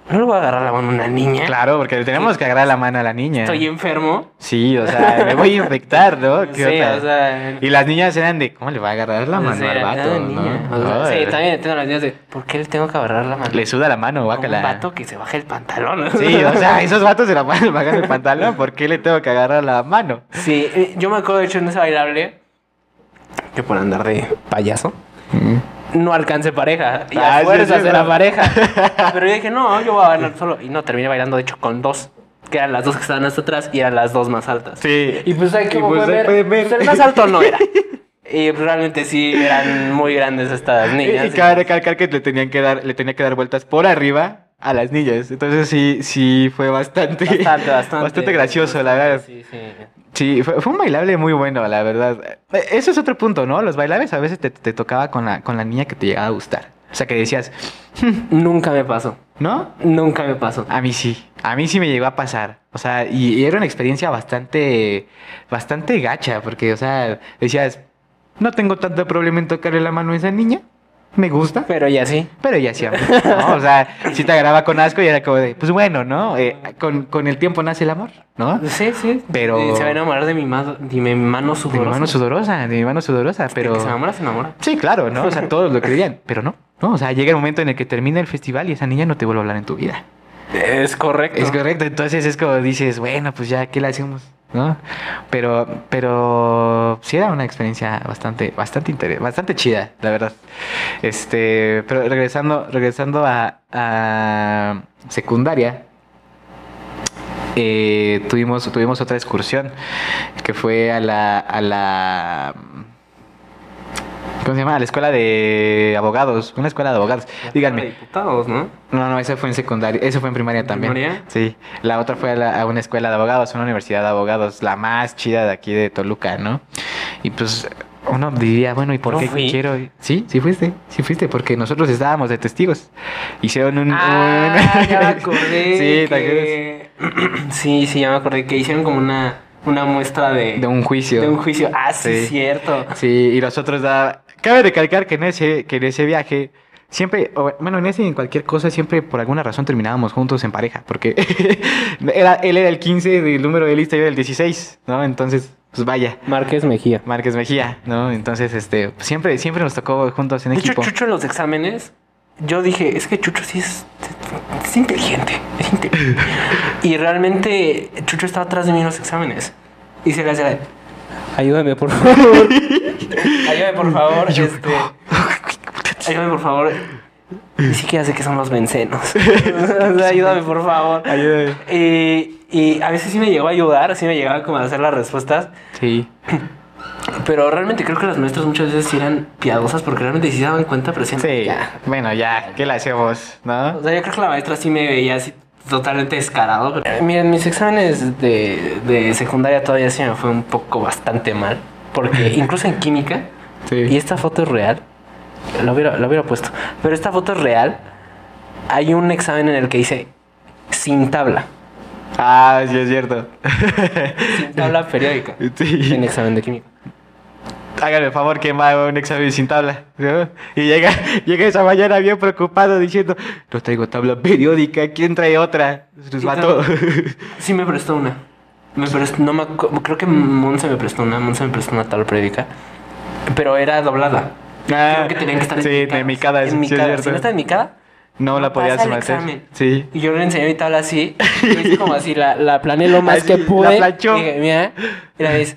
S2: no le voy a agarrar la mano a una niña,
S1: Claro, porque le tenemos que agarrar la mano a la niña.
S2: estoy enfermo.
S1: Sí, o sea, me voy a infectar, ¿no?
S2: [LAUGHS] Sí,
S1: ¿Qué
S2: o
S1: onda?
S2: sea,
S1: Y las niñas eran de, ¿cómo le va a agarrar la
S2: o
S1: mano
S2: sea,
S1: al
S2: cada
S1: vato?
S2: niña,
S1: ¿no?
S2: o sea,
S1: Ay,
S2: sí, también entiendo a las niñas de, ¿por qué le tengo que agarrar la mano?
S1: Le suda la mano,
S2: a un
S1: guácala.
S2: vato que se baje el pantalón. [LAUGHS]
S1: Sí, o sea, esos vatos se la [LAUGHS] van a bajar el pantalón, ¿por qué le tengo que agarrar la mano?
S2: Sí, eh, yo me acuerdo de hecho en ese bailable, que por andar de payaso, no alcancé pareja. Y
S1: Ah,
S2: a
S1: sí,
S2: fuerzas
S1: sí,
S2: era
S1: no.
S2: [LAUGHS] pareja. Pero yo dije, no, yo voy a bailar solo. Y no, terminé bailando de hecho con dos. Que eran las dos que estaban hasta atrás y eran las dos más altas.
S1: Sí.
S2: Y pues hay que
S1: Y pues, ahí
S2: ver.
S1: pueden ver.
S2: pues, el más alto no [LAUGHS] era. Y pues, realmente sí eran muy grandes estas niñas.
S1: Y cabe recalcar que le tenían que dar, le tenía que dar vueltas por arriba a las niñas. Entonces sí, sí fue bastante, [LAUGHS]
S2: Bastante, bastante.
S1: gracioso, la verdad. Sí,
S2: Sí, sí.
S1: fue, fue un bailable muy bueno, la verdad. Eh, Eso es otro punto, ¿no? Los bailables a veces te, te tocaba con la, con la niña que te llegaba a gustar. O sea, que decías,
S2: Nunca me pasó.
S1: ¿no?
S2: Nunca me pasó. Ah,
S1: A mí sí, a mí sí me llegó a pasar. O sea, y, y era una experiencia bastante, bastante gacha, porque, o sea, decías, no tengo tanto problema en tocarle la mano a esa niña, me gusta.
S2: Pero ya sí.
S1: Pero ya hacíamos, ¿no? O sea, si te agarraba con asco y era como de, pues bueno, ¿no? Eh, con, con el tiempo nace el amor, ¿no? De
S2: Sí, sí.
S1: Pero-
S2: Eh, Se va a enamorar de mi, ma- de mi mano sudorosa.
S1: mi mano sudorosa, de mi mano sudorosa,
S2: El
S1: pero...
S2: que se enamora, se enamora.
S1: Sí, claro, ¿no? O sea, todos lo creían, pero no. No, o sea, llega el momento en el que termina el festival y esa niña no te vuelve a hablar en tu vida.
S2: Es correcto.
S1: Es correcto, entonces es como dices, bueno, pues ya, ¿qué le hacemos? ¿No? Pero, pero sí era una experiencia bastante, bastante inter- bastante chida, la verdad. Este, pero regresando, regresando a, a secundaria, eh, tuvimos, tuvimos otra excursión que fue a la, a la ¿cómo se llama? a la escuela de abogados, una escuela de abogados. Díganme,
S2: Diputados, ¿no?
S1: no, no, esa fue en secundaria, eso fue en primaria también.
S2: ¿Primaria?
S1: Sí, la otra fue a, la- a una escuela de abogados, una universidad de abogados, la más chida de aquí de Toluca, ¿no? Y pues uno diría, bueno, ¿y por
S2: No
S1: qué
S2: fui.
S1: quiero? ir? Sí, sí fuiste, sí fuiste, porque nosotros estábamos de testigos. Hicieron un...
S2: Ah,
S1: un-
S2: ya
S1: [LAUGHS]
S2: me acordé.
S1: sí, ¿te acuerdas?
S2: que... [CLEARS THROAT] Sí, sí, ya me acordé que hicieron como una, una muestra de,
S1: De un juicio.
S2: de un juicio. Ah, sí,
S1: Sí.
S2: cierto.
S1: Sí, y nosotros da... Cabe recalcar que en ese, que en ese viaje... Siempre, o bueno, en ese y en cualquier cosa, siempre por alguna razón terminábamos juntos en pareja, porque [LAUGHS] era, él era el 15 del número de lista y yo era el 16, ¿no? Entonces, pues vaya,
S2: Márquez Mejía.
S1: Márquez Mejía, ¿no? Entonces, este, siempre, siempre nos tocó juntos en
S2: De hecho,
S1: equipo.
S2: Chucho en los exámenes, yo dije, es que Chucho sí es, es inteligente. Es inteligente. y realmente Chucho estaba atrás de mí en los exámenes. Y se le hacía...
S3: Ayúdame, por
S1: [LAUGHS]
S3: favor.
S2: Ayúdame, por favor. este, ayúdame, por favor. Ni siquiera sé qué son
S1: [LAUGHS]
S2: los bencenos. O sea, ayúdame, por favor.
S1: Ayúdame.
S2: Y, y a veces sí me llegó a ayudar, sí me llegaba como a hacer las respuestas.
S1: Sí.
S2: Pero realmente creo que las maestras muchas veces sí eran piadosas porque realmente sí se daban cuenta, pero siempre.
S1: Sí. Bueno, ya, ¿qué le hacemos? ¿No?
S2: O sea, yo creo que la maestra sí me veía así totalmente descarado. pero- Eh, Miren, mis exámenes de, de secundaria todavía sí me fue un poco bastante mal. [LAUGHS] Porque incluso en química,
S1: Sí.
S2: y esta foto es real, lo hubiera, lo hubiera puesto, pero esta foto es real, hay un examen en el que dice sin tabla,
S1: Ah, sí, es cierto. [LAUGHS]
S2: sin [LAUGHS] tabla periódica,
S1: Sí.
S2: en examen de química.
S1: Hágame el favor que me haga un examen sin tabla. ¿no? Y llega, [LAUGHS] llega esa mañana bien preocupado diciendo, no traigo tabla periódica, ¿quién trae otra? Se nos
S2: Sí,
S1: mató. [LAUGHS]
S2: Sí me prestó una. Me prestó- no me acu- creo que Monse me prestó una, Monse me prestó una tabla periódica, pero era doblada. Creo que tenían que estar
S1: Ah, Sí, de mi cada,
S2: en mi
S1: sí, es
S2: cada.
S1: cierto.
S2: Si no está en mi cada,
S1: No la podías
S2: pasa el
S1: someter.
S2: examen.
S1: Sí.
S2: Y yo le enseñé mi tabla
S1: [LAUGHS]
S2: así. y Yo hice como así, la, la planeé lo más
S1: Así,
S3: que
S1: la
S3: pude,
S1: planchó.
S2: Y dije, mira, y la ves.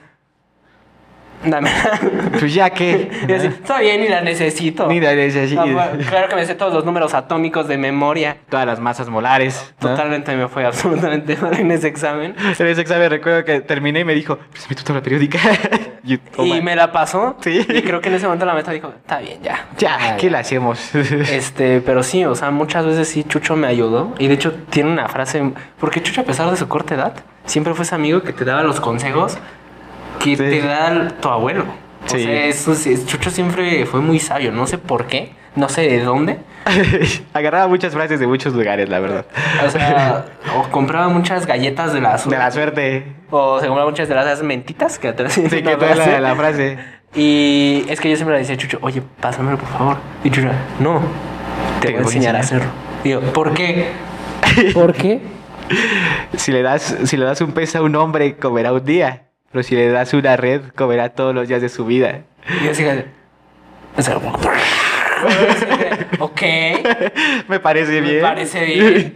S2: Dame. [LAUGHS]
S1: Pues ya que.
S2: y así, está bien, ni la necesito.
S1: Ni la leche así.
S2: Ah, bueno, claro que me sé todos los números atómicos de memoria.
S1: [LAUGHS] Todas las masas molares. ¿no?
S2: Totalmente me fue [LAUGHS] absolutamente mal en ese examen.
S1: En ese examen recuerdo que terminé y me dijo, préstame tu tabla periódica. [LAUGHS] Y, yo, "Oh,
S2: y
S1: man,
S2: me la pasó.
S1: Sí.
S2: Y creo que en ese momento la maestra dijo, está bien, ya.
S1: Ya, ¿qué la hacemos?
S2: Este, pero sí, o sea, muchas veces sí Chucho me ayudó. Y de hecho tiene una frase, porque Chucho a pesar de su corta edad, siempre fue ese amigo que te daba los consejos
S1: Sí.
S2: que te da tu abuelo. O
S1: Sí.
S2: sea, eso sí, Chucho siempre fue muy sabio, no sé por qué, no sé de dónde.
S1: [LAUGHS] Agarraba muchas frases de muchos lugares, la verdad. [LAUGHS]
S2: O sea, o compraba muchas galletas de la
S1: De
S2: azúcar,
S1: la suerte.
S2: O se compraba muchas de las esas mentitas que atrás [LAUGHS] tienen
S1: Sí,
S2: una
S1: que trae
S2: frase.
S1: la, la frase.
S2: Y es que yo siempre le decía a Chucho, oye, pásamelo por favor. Y Chucho, no, te, voy a enseñar a hacerlo. Digo, ¿por qué?
S3: [LAUGHS] ¿Por qué?
S1: Si le, das, si le das un pez a un hombre, comerá un día. Pero si le das una red, comerá todos los días de su vida. [LAUGHS]
S2: Y yo así, o sea, [LAUGHS] ok,
S1: Me parece bien.
S2: me parece bien,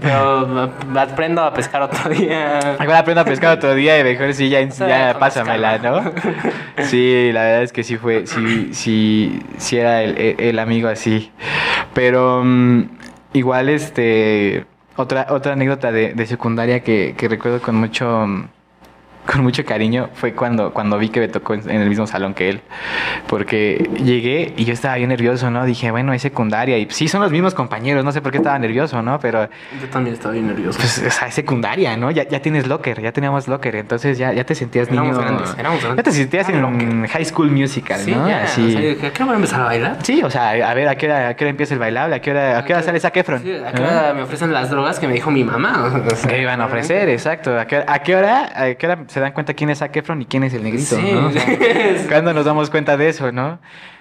S2: pero aprendo a pescar otro [LAUGHS] día.
S1: Mejor aprenda a pescar otro día y mejor sí, ya,
S2: sea,
S1: ya
S2: con
S1: pásamela, ¿no?
S2: escala.
S1: [LAUGHS] Sí, la verdad es que sí fue, sí, sí, sí era el, el- el amigo así. Pero mm, igual, este, otra, otra anécdota de, de secundaria que, que recuerdo con mucho, mm, con mucho cariño fue cuando, cuando vi que me tocó en, en el mismo salón que él. Porque llegué y yo estaba bien nervioso, ¿no? Dije, bueno, es secundaria y sí son los mismos compañeros, no sé por qué estaba nervioso, ¿no? Pero
S2: Yo también estaba bien nervioso.
S1: pues, o sea, es secundaria, ¿no? Ya, ya tienes locker, ya teníamos locker, entonces ya, ya te sentías
S2: Éramos
S1: niño.
S2: grandes, éramos grandes.
S1: Ya te sentías
S2: Era
S1: en High School Musical,
S2: Sí,
S1: ¿no?
S2: ya,
S1: Así.
S2: o sea, yo dije, ¿a qué hora voy a empezar a bailar?
S1: sí, o sea, a ver, ¿a qué hora, a qué hora empieza el bailable? ¿A qué hora, a qué hora sale Zac Efron? ¿Eh?
S2: Sí, ¿a qué
S1: ¿no?
S2: hora me ofrecen las drogas que me dijo mi mamá? [LAUGHS] O sea,
S1: ¿Qué iban a ofrecer? Exacto. ¿A qué, a qué hora, a qué hora se dan cuenta quién es Zac Efron y quién es el negrito?
S2: Sí,
S1: ¿no? O sea,
S2: [LAUGHS] sí.
S1: ¿Cuándo nos damos cuenta de eso, no?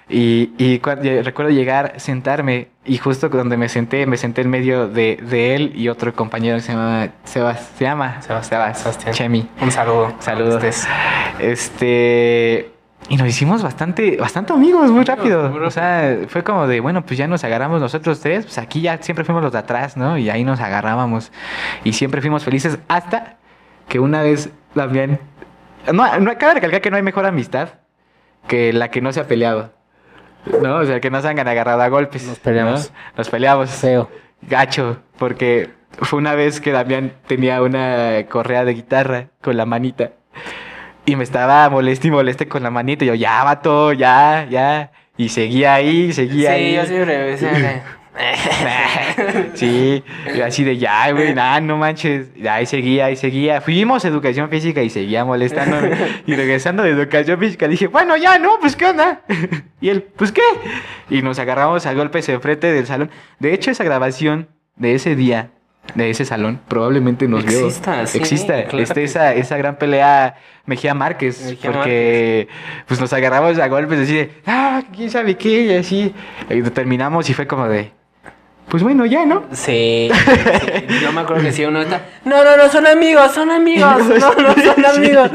S1: Y, y cua- y recuerdo llegar, sentarme, y justo donde me senté, me senté en medio de, de él y otro compañero que se llama Sebas. ¿Se llama?
S2: Sebas-
S1: Sebas.
S2: Sebastián.
S1: Chemi.
S2: Un saludo.
S1: Saludos.
S2: Ustedes.
S1: Este. Y nos hicimos bastante, bastante amigos muy rápido.
S2: muy rápido.
S1: O sea, fue como de, bueno, pues ya nos agarramos nosotros tres, pues aquí ya siempre fuimos los de atrás, ¿no? Y ahí nos agarrábamos. Y siempre fuimos felices hasta que una vez también... No, no acaba de recalcar que no hay mejor amistad que la que no se ha peleado. ¿No? O sea, que no se han agarrado a golpes.
S3: Nos peleamos.
S1: ¿no? Nos peleamos
S3: Feo.
S1: gacho, porque fue una vez que Damián tenía una correa de guitarra con la manita y me estaba molesto y moleste con la manita. Y yo, ya, vato, ya, ya. Y seguía ahí,
S2: Sí,
S1: seguía ahí.
S2: yo siempre
S1: [LAUGHS]
S2: decía,
S1: sí, yo así de ya,
S2: [LAUGHS]
S1: güey, nada, no manches. Y Ahí seguía, ahí seguía. Fuimos a educación física y seguía
S2: [LAUGHS]
S1: molestándome. Y regresando de educación física, le dije, bueno, ya, no, pues qué onda. [LAUGHS] Y él, pues qué. Y nos agarramos a golpes enfrente del salón. De hecho, esa grabación de ese día, de ese salón, probablemente nos vio.
S2: Exista, sí,
S1: Exista, este,
S2: claro
S1: esté
S2: que
S1: esa, esa gran pelea Mejía Márquez.
S2: Mejía
S1: porque pues nos agarramos a golpes así de, ah, quién sabe qué, y así. Y terminamos y fue como de, pues bueno, ya, ¿no?
S2: Sí, sí, yo me acuerdo que sí, uno está. No, no, no, son amigos, son [LAUGHS] amigos, no, no, son amigos.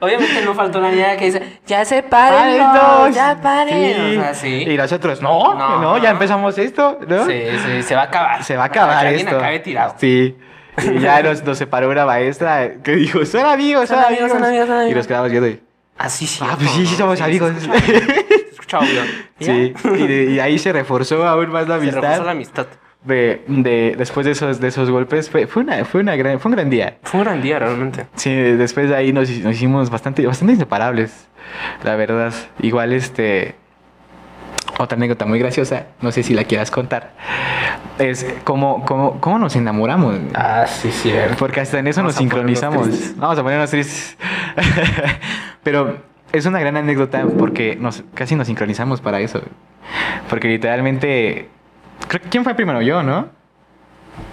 S2: Obviamente no faltó la niña que dice, ya se paren,
S1: dos.
S2: ya paren.
S1: Sí.
S2: O sea, sí.
S1: Y nosotros, no,
S2: No.
S1: no, ya empezamos esto, ¿no?
S2: Sí, sí, se va a acabar.
S1: Se va a acabar
S2: Que alguien
S1: esto.
S2: acabe tirado.
S1: Sí.
S2: [LAUGHS]
S1: Y ya nos, nos separó una maestra que dijo, son amigos, son,
S2: Son amigos, son amigos, son
S1: Y
S2: amigos.
S1: nos quedamos viendo y,
S2: Así sí.
S1: Ah, pues sí, sí somos amigos.
S2: Se escuchaba bien.
S1: [LAUGHS] Sí, y, de- y ahí se reforzó aún más la
S2: Se
S1: amistad.
S2: reforzó la amistad.
S1: De, de- después de esos, de esos golpes, fue, fue, una, fue, una gran, fue un gran día.
S2: Fue un gran día realmente.
S1: Sí, después de ahí nos, nos hicimos bastante, bastante inseparables, la verdad. Igual, este, otra anécdota muy graciosa, no sé si la quieras contar, es cómo, cómo, cómo nos enamoramos.
S3: Ah, sí, cierto.
S1: Porque hasta en eso
S2: Vamos
S1: nos
S2: a ponernos
S1: sincronizamos.
S2: tristes.
S1: Vamos a ponernos tristes. [LAUGHS] Pero es una gran anécdota porque nos, casi nos sincronizamos para eso. Porque literalmente... Creo que quién fue primero, yo, ¿no?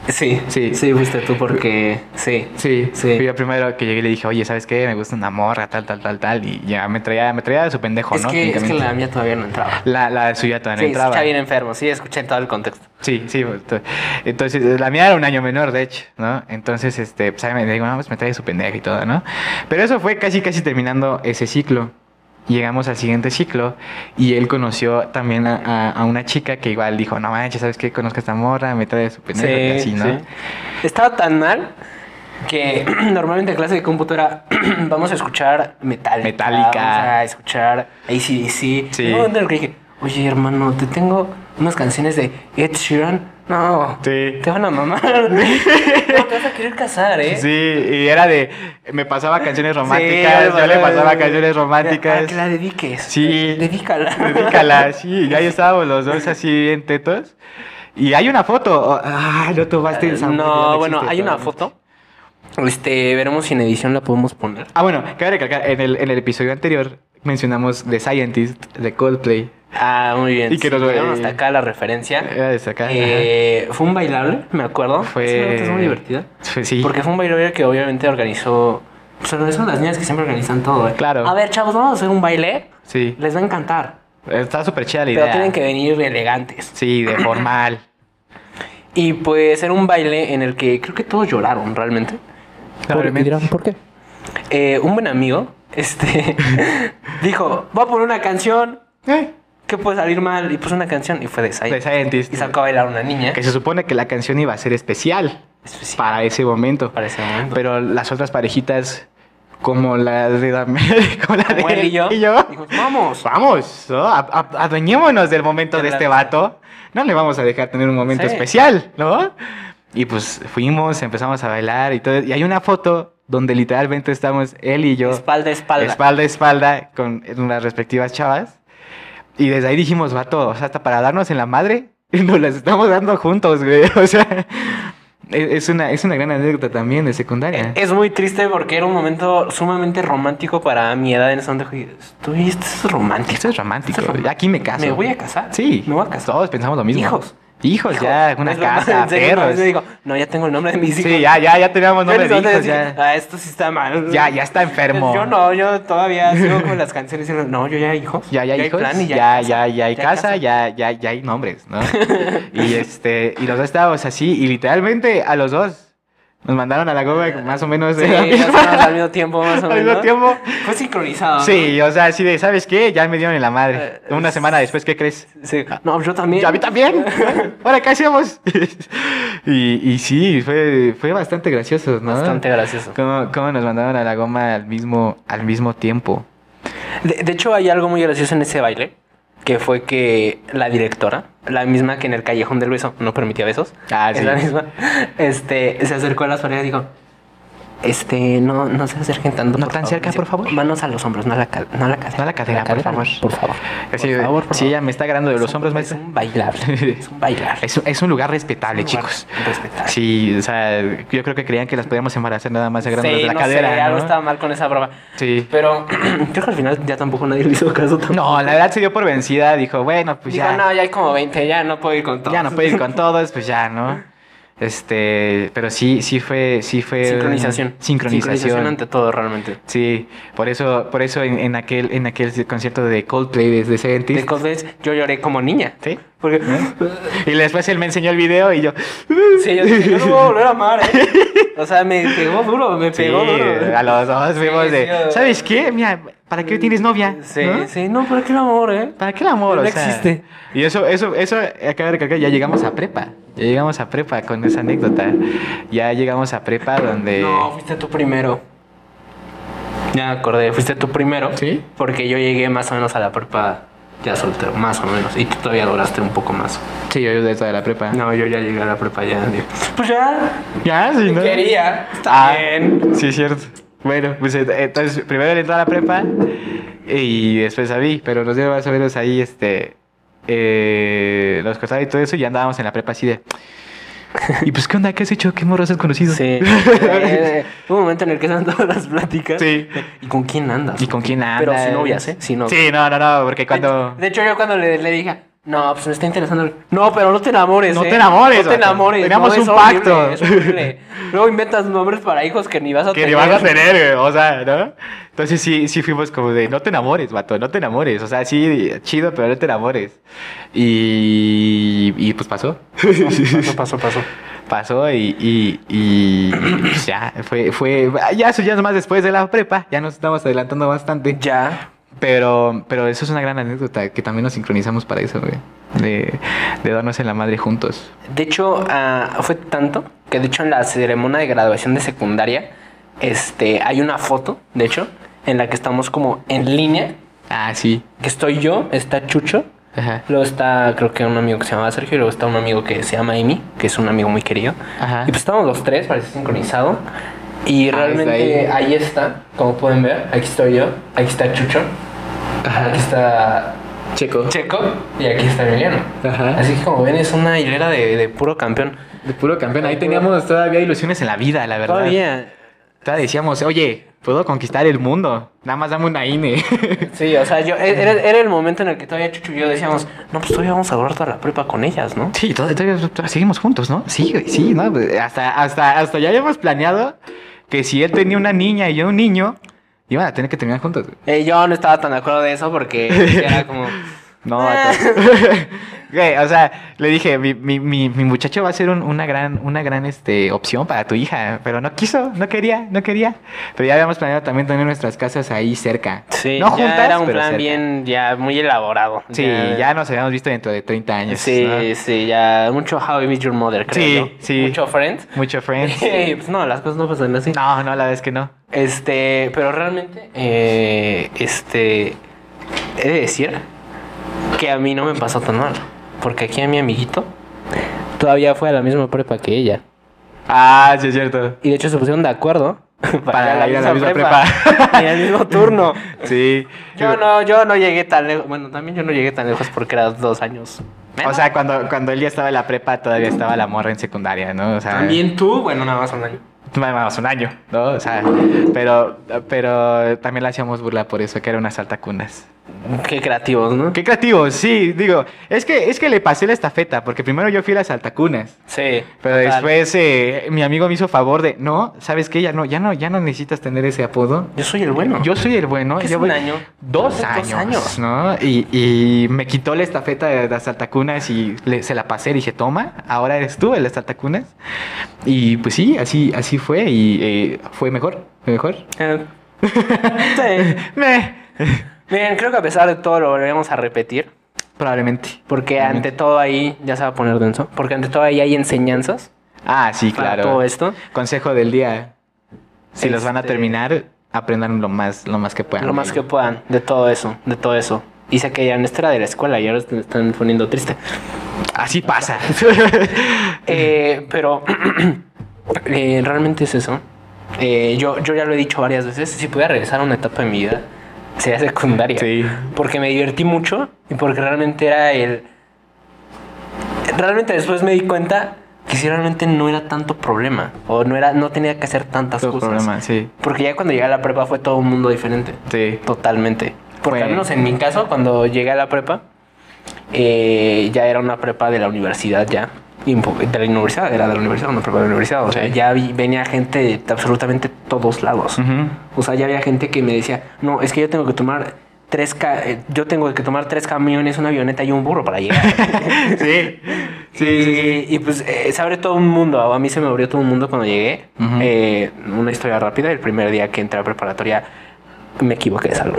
S2: Sí,
S1: Sí.
S2: sí. Sí, fuiste tú porque. Sí.
S1: Sí,
S2: Sí.
S1: Fui yo primero que llegué y le dije, oye, ¿sabes qué? Me gusta una morra, tal, tal, tal, tal. Y ya me traía, me traía de su pendejo,
S2: Es
S1: ¿no?
S2: que, es que
S1: Técnicamente.
S2: la mía todavía no entraba.
S1: la... la suya todavía
S2: sí,
S1: no entraba.
S2: está bien enfermo. Sí, escuché todo el contexto.
S1: Sí, sí. pues, to- Entonces, la mía era un año menor, de hecho, ¿no? Entonces, este, pues ahí me digo, no, pues me trae su pendeja y todo, ¿no? Pero eso fue casi, casi terminando ese ciclo. Llegamos al siguiente ciclo y él conoció también a, a- a una chica que igual dijo, no manches, ¿sabes qué? Conozco a esta morra, me trae su pendeja y así, ¿no?
S2: sí. Estaba tan mal que [CLEARS THROAT] normalmente en clase de cómputo era [CLEARS THROAT] vamos a escuchar Metallica.
S1: Metallica.
S2: Vamos a escuchar ACDC.
S1: Sí.
S2: No, no, que dije, oye hermano, te tengo unas canciones de Ed Sheeran. No,
S1: Sí.
S2: te van a mamar.
S1: [LAUGHS]
S2: no, te vas a querer casar, ¿eh?
S1: Sí, y era de, me pasaba canciones
S2: Sí, Ah,
S1: románticas, yo le pasaba canciones
S2: Para
S1: románticas.
S2: que la dediques.
S1: Sí.
S2: Dedícala. [LAUGHS]
S1: Dedícala, sí, y ahí estábamos los dos así bien tetos. Y hay una foto. Ah, no tomaste esa foto,
S2: Eh, No,
S1: existe
S2: bueno, hay una
S1: todavía.
S2: foto. Este, veremos si en edición la podemos poner.
S1: Ah, bueno, cabe recalcar, en el, en el episodio anterior mencionamos The Scientist de Coldplay.
S2: Ah, muy bien.
S1: Y que
S2: sí,
S1: nos-
S2: llegaron hasta
S1: eh,
S2: acá la referencia.
S1: Era de acá.
S2: Eh, fue un bailable, me acuerdo.
S1: Fue-
S2: Esa nota Es muy divertida.
S1: sí.
S2: Porque fue un bailable que obviamente organizó. Pues son las niñas que siempre organizan todo, ¿eh?
S1: Claro.
S2: A ver, chavos, vamos a hacer un baile.
S1: Sí.
S2: Les va a encantar.
S1: Está súper chida la idea.
S2: Pero tienen que venir elegantes.
S1: Sí,
S2: [COUGHS]
S1: de formal.
S2: Y pues era un baile en el que creo que todos lloraron realmente.
S3: ¿Por, y
S1: Probablemente.
S3: dirán, ¿por qué?
S2: Eh, un buen amigo,
S1: [LAUGHS]
S2: este, dijo: Voy a poner una canción.
S1: Eh,
S2: ¿Qué puede salir mal? Y puso una canción y fue de
S1: The Scientist.
S2: Y sacó a bailar una niña.
S1: Que se supone que la canción iba a ser especial
S2: Especial.
S1: Este, para ese momento.
S2: Para ese momento.
S1: Pero las otras parejitas, como la de Dam- [LAUGHS] como
S2: [LAUGHS]
S1: la
S2: Como
S1: de
S2: él y yo.
S1: Pues, [LAUGHS] y yo, pues
S2: Dijo, vamos.
S1: Vamos, ¿no? A- a- adueñémonos del momento de
S2: Claro.
S1: este vato. No le vamos a dejar tener un momento
S2: Sí.
S1: especial, ¿no? Y pues fuimos, empezamos a bailar y todo. Y hay una foto donde literalmente estamos él y yo,
S2: Espalda a espalda.
S1: [LAUGHS] espalda a espalda, con las respectivas chavas. Y desde ahí dijimos, vato, o sea, hasta para darnos en la madre, [LAUGHS] nos las estamos dando juntos, güey. [LAUGHS] O sea, e-, es es una, es una gran anécdota también de secundaria.
S2: Es muy triste porque era un momento sumamente romántico para mi edad en ese momento. Dije, "Esto- esto es romántico.
S1: Esto es romántico. Aquí me caso.
S2: Me voy a casar.
S1: Sí.
S2: Me voy a casar.
S1: Todos pensamos lo mismo.
S2: Hijos.
S1: Hijos,
S2: Hijo,
S1: ya, una
S2: [LAUGHS] es lo más-
S1: casa,
S2: en serio, una
S1: perros.
S2: vez me digo, no, ya tengo el nombre de mis hijos.
S1: sí,
S2: [LAUGHS]
S1: ya, ya, ya teníamos
S2: Yo en
S1: nombre de
S2: ese
S1: hijos,
S2: momento
S1: ya.
S2: decía, [LAUGHS] "Ah, esto sí está mal.
S1: Ya, ya está enfermo.
S2: Yo no, yo todavía sigo con las canciones. diciendo, No, yo ya hijos.
S1: Ya, ya,
S2: hay
S1: hijos,
S2: plan y
S1: ya,
S2: ya,
S1: ya,
S2: hay
S1: ya, hay casa,
S2: casa.
S1: ya, ya, ya hay nombres, ¿no? [LAUGHS] y este, y los dos estábamos así, y literalmente a los dos nos mandaron a la goma más o menos de
S2: Sí,
S1: la [LAUGHS]
S2: ya
S1: misma-
S2: estábamos al mismo tiempo, más o
S1: al mismo
S2: menos.
S1: tiempo.
S2: Fue sincronizado. ¿no?
S1: Sí, o sea, así de, ¿sabes qué? Ya me dieron en la madre.
S2: Eh,
S1: Una semana después, ¿qué crees?
S2: Sí. Ah, No, yo también.
S1: ¿Y a mí
S2: [LAUGHS]
S1: también? Ahora, ¿qué hacemos? [LAUGHS] y, y sí, fue, fue bastante gracioso, ¿no?
S2: Bastante gracioso.
S1: ¿Cómo, cómo nos mandaron a la goma al mismo, al mismo tiempo?
S2: De, de hecho, hay algo muy gracioso en ese baile, que fue que la directora, la misma que en el Callejón del Beso no permitía besos,
S1: Ah,
S2: es
S1: sí.
S2: la misma, este, se acercó a las paredes y dijo, este, no, no se acerquen tanto.
S1: No
S2: por
S1: tan
S2: favor".
S1: cerca,
S2: Dice,
S1: por favor.
S2: Manos a los hombros, no a la, ca- no a la cadera.
S1: No a la cadera, por favor.
S2: Por favor.
S1: Así,
S2: Por favor, por
S1: si
S2: favor.
S1: ella me está agarrando de los
S2: Es un-
S1: hombros,
S2: Es
S1: maestra. [LAUGHS]
S2: un bailable, es un bailable.
S1: Es, es un lugar respetable,
S2: Un lugar
S1: chicos.
S2: respetable.
S1: Sí, o sea, yo creo que creían que las podíamos embarazar nada más agarrándonos
S2: Sí,
S1: de la
S2: no
S1: cadera.
S2: sé, algo
S1: ¿no?
S2: estaba mal con esa broma.
S1: Sí.
S2: Pero [CLEARS THROAT] creo que al final ya tampoco nadie le hizo caso. tampoco.
S1: No, la verdad se dio por vencida. Dijo, bueno, pues
S2: Dijo,
S1: ya.
S2: no, ya hay como 20, ya no puedo ir con todo.
S1: ya no puedo ir
S2: [LAUGHS]
S1: con todos, pues ya, ¿no? Este, pero sí, sí fue, sí fue.
S2: Sincronización.
S1: Sincronización.
S2: ante todo, realmente.
S1: Sí, por eso, por eso en, en aquel, en aquel concierto de Coldplay desde Seventies.
S2: De cosas, yo lloré como niña.
S1: Sí.
S2: Porque.
S1: Y después él me enseñó el video y yo.
S2: [LAUGHS] Sí, yo dije, yo no voy a volver a amar, ¿eh? O sea, me pegó duro, me
S1: Sí,
S2: pegó duro.
S1: a los dos fuimos
S2: Sí,
S1: de.
S2: sí, o-
S1: ¿Sabes qué? Mira, ¿para qué tienes novia?
S2: Sí,
S1: ¿No?
S2: sí, no, pero qué amor, ¿eh?
S1: ¿Para qué el amor?
S2: No
S1: O sea,
S2: existe.
S1: Y eso, eso, eso, acaba de recalcar, ya llegamos a prepa. Ya llegamos a prepa con esa anécdota. Ya llegamos a prepa donde.
S2: No, fuiste tú primero. Ya me acordé, fuiste tú primero.
S3: ¿Sí?
S2: Porque yo llegué más o menos a la prepa ya soltero, más o menos. Y tú todavía duraste un poco más.
S1: Sí, yo desde de la prepa.
S2: No, yo ya llegué a la prepa ya. digo, Pues ya.
S1: Ya, sí, ¿no?
S2: Quería. Está
S1: Ah,
S2: bien.
S1: Sí, es cierto. Bueno, pues eh, entonces primero le entró a la prepa y después a mí, pero nos dieron más o menos ahí, este, eh, los costaba y todo eso y ya andábamos en la prepa así de... ¿Y pues qué onda? ¿Qué has hecho? ¿Qué morros has conocido? [LAUGHS]
S2: Sí. Eh, Hubo un momento en el que están todas las pláticas.
S1: Sí.
S2: ¿Y con quién andas?
S1: ¿Y con quién andas?
S2: Pero sin novias, ¿eh? Sin novias.
S1: Sí, no, no, no, porque cuando...
S2: De hecho, yo cuando le, le dije, no, pues me está interesando. el- No, pero no te enamores.
S1: No
S2: ¿eh?
S1: te enamores,
S2: No te
S1: vato.
S2: enamores.
S1: Teníamos
S2: no, es
S1: un
S2: horrible,
S1: pacto.
S2: es horrible. Luego inventas nombres para hijos que ni vas a
S1: Que ni
S2: tener.
S1: vas a tener, güey, o sea, ¿no? Entonces sí, sí fuimos como de, no te enamores, vato, no te enamores. O sea, sí, chido, pero no te enamores. Y, y pues pasó.
S2: [LAUGHS] Pasó, pasó, pasó.
S1: pasó y, y, y pues, ya fue fue ya eso ya es más después de la prepa ya nos estamos adelantando bastante
S2: Ya.
S1: pero pero eso es una gran anécdota que también nos sincronizamos para eso güey de, de darnos en la madre juntos
S2: De hecho, ah, fue tanto que de hecho en la ceremonia de graduación de secundaria, este, hay una foto, de hecho, en la que estamos como en línea,
S1: ah sí
S2: que estoy yo, está Chucho,
S1: ajá
S2: luego está creo que un amigo que se llama Sergio, y luego está un amigo que se llama Amy, que es un amigo muy querido.
S1: Ajá.
S2: Y pues estamos los tres, parece sincronizado. Y
S1: Ah,
S2: realmente
S1: está
S2: ahí. está, como pueden ver, aquí estoy yo, aquí está Chucho, aquí está
S1: checo
S2: Checo y aquí está Emiliano.
S1: ajá
S2: Así que como ven es una hilera de, de puro campeón.
S1: de puro campeón ahí teníamos todavía ilusiones en la vida la verdad
S2: Todavía.
S1: todavía decíamos oye puedo conquistar el mundo nada más dame una ine [LAUGHS]
S2: Sí, o sea, yo e- era, era el momento en el que todavía Chuchu y yo decíamos, no, pues todavía vamos a durar toda la prepa con ellas, ¿no?
S1: Sí, todavía, todavía- todavía seguimos juntos, ¿no? Sí, güey, sí, ¿no? Pues, Hasta, hasta, hasta ya habíamos planeado que si él tenía una niña y yo un niño, iban a tener que terminar juntos. güey.
S2: Eh, yo no estaba tan de acuerdo de
S1: [LAUGHS]
S2: eso porque era como...
S1: No,
S2: Ah.
S1: vato. [LAUGHS] Güey, o sea, le dije, mi, mi, mi, mi muchacho va a ser un- una gran, una gran este, opción para tu hija, pero no quiso, no quería, no quería. Pero ya habíamos planeado también tener nuestras casas ahí cerca.
S2: Sí,
S1: no
S2: ya era un
S1: pero
S2: plan
S1: cerca.
S2: bien, ya muy elaborado.
S1: Sí, ya. nos habíamos visto dentro de 30 años.
S2: Sí,
S1: ¿no?
S2: sí, ya mucho How I Met Your Mother, creo
S1: Sí,
S2: yo.
S1: sí.
S2: Mucho Friends.
S1: Mucho friends.
S2: [LAUGHS] Y, pues no, las cosas no pasan así.
S1: No, no, la verdad es que no.
S2: Este, pero realmente, eh, este, he de decir que a mí no me pasó tan mal. Porque aquí a mi amiguito todavía fue a la misma prepa que ella.
S1: Ah, sí, es cierto.
S2: Y de hecho se pusieron de acuerdo [LAUGHS] para,
S1: ir a la misma prepa.
S2: [LAUGHS] y
S1: [LAUGHS]
S2: al mismo turno.
S1: Sí.
S2: Yo no, yo no llegué tan lejos. Bueno, también yo no llegué tan lejos porque era dos años.
S1: O sea, cuando, cuando él ya estaba en la prepa, todavía estaba la morra en secundaria, ¿no? O sea,
S2: también tú, bueno, nada más un año.
S1: nada más un año, ¿no? O sea, pero, pero también le hacíamos burla por eso, que era una saltacunas.
S2: Qué creativos, ¿no?
S1: Qué creativo, sí, digo, es que, es que le pasé la estafeta, porque primero yo fui a las saltacunas.
S2: Sí.
S1: Pero
S2: total.
S1: después eh, mi amigo me hizo favor de, no, ¿sabes qué? Ya no, ya no, ya no necesitas tener ese apodo.
S2: Yo soy el bueno.
S1: Yo soy el bueno.
S2: ¿Qué es
S1: yo
S2: un
S1: voy-
S2: año?
S1: Dos
S2: Dos
S1: años.
S2: años.
S1: ¿no? Y, y me quitó la estafeta de las saltacunas y le- se la pasé. Dije, toma, ahora eres tú el de las saltacunas. Y pues sí, así, así fue. Y eh, fue mejor. fue
S2: [LAUGHS]
S1: mejor.
S2: Eh, sí.
S1: Meh.
S2: Miren, creo que a pesar de todo lo volveremos a repetir,
S1: Probablemente.
S2: porque ante todo ahí, ya se va a poner denso, porque ante todo ahí hay enseñanzas
S1: Ah, sí,
S2: para
S1: claro.
S2: todo esto,
S1: Consejo del día. Si los van a
S2: Este-
S1: terminar, aprendan lo más, lo más que puedan.
S2: lo más que puedan, de todo eso, de todo eso. Y sé que ya en esta era de la escuela y ahora me están poniendo triste. [LAUGHS]
S1: Así pasa.
S2: Eh, pero [CLEARS THROAT] eh, realmente es eso. Eh, yo, yo ya lo he dicho varias veces, si pudiera regresar a una etapa de mi vida, sería secundaria.
S1: sí.
S2: porque me divertí mucho y porque realmente era el... Realmente después me di cuenta que si realmente no era tanto problema o no era no tenía que hacer tantas
S1: Todo
S2: cosas.
S1: problema, sí.
S2: Porque ya cuando llegué a la prepa fue todo un mundo diferente.
S1: Sí.
S2: Totalmente. Porque
S1: Fue-
S2: al menos en mi caso, cuando llegué a la prepa, eh, ya era una prepa de la universidad ya. Y un po- De la universidad, era de la universidad, una prepa de la universidad. O sea,
S1: Sí.
S2: ya vi- venía gente de absolutamente todos lados. [LAUGHS]
S1: Ujú.
S2: O sea, ya había gente que me decía, no, es que yo tengo que tomar tres, ca- eh, yo tengo que tomar tres camiones, una avioneta y un burro para llegar.
S1: sí. [LAUGHS] Sí, sí,
S2: y,
S1: sí.
S2: y, pues eh, se abre todo un mundo. A mí se me abrió todo un mundo cuando llegué.
S1: Ujú.
S2: Eh, una historia rápida. El primer día que entré a preparatoria me equivoqué de salón.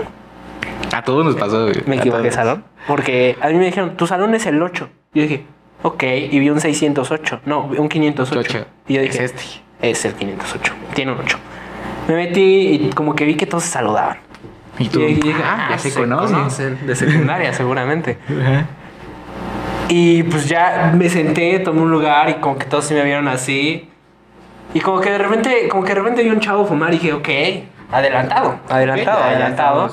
S1: A todos nos pasó, güey.
S2: Me
S1: A
S2: equivoqué de
S1: todos.
S2: salón. Porque a mí me dijeron, tu salón es el 8. Yo dije, ok. Y vi un 608. No, un 508.
S1: Ocho.
S2: Y yo dije,
S1: Es este.
S2: es el 508. Tiene un 8. Me metí y como que vi que todos se saludaban.
S1: Y tú,
S2: y dije, ah,
S1: ya se, conocen. [LAUGHS]
S2: De secundaria, seguramente.
S1: Ajá.
S2: Y pues ya me senté, tomé un lugar y como que todos sí me vieron así. Y como que de repente, como que de repente vi un chavo fumar y dije, ok, adelantado, adelantado,
S1: Ya, ya
S2: adelantado.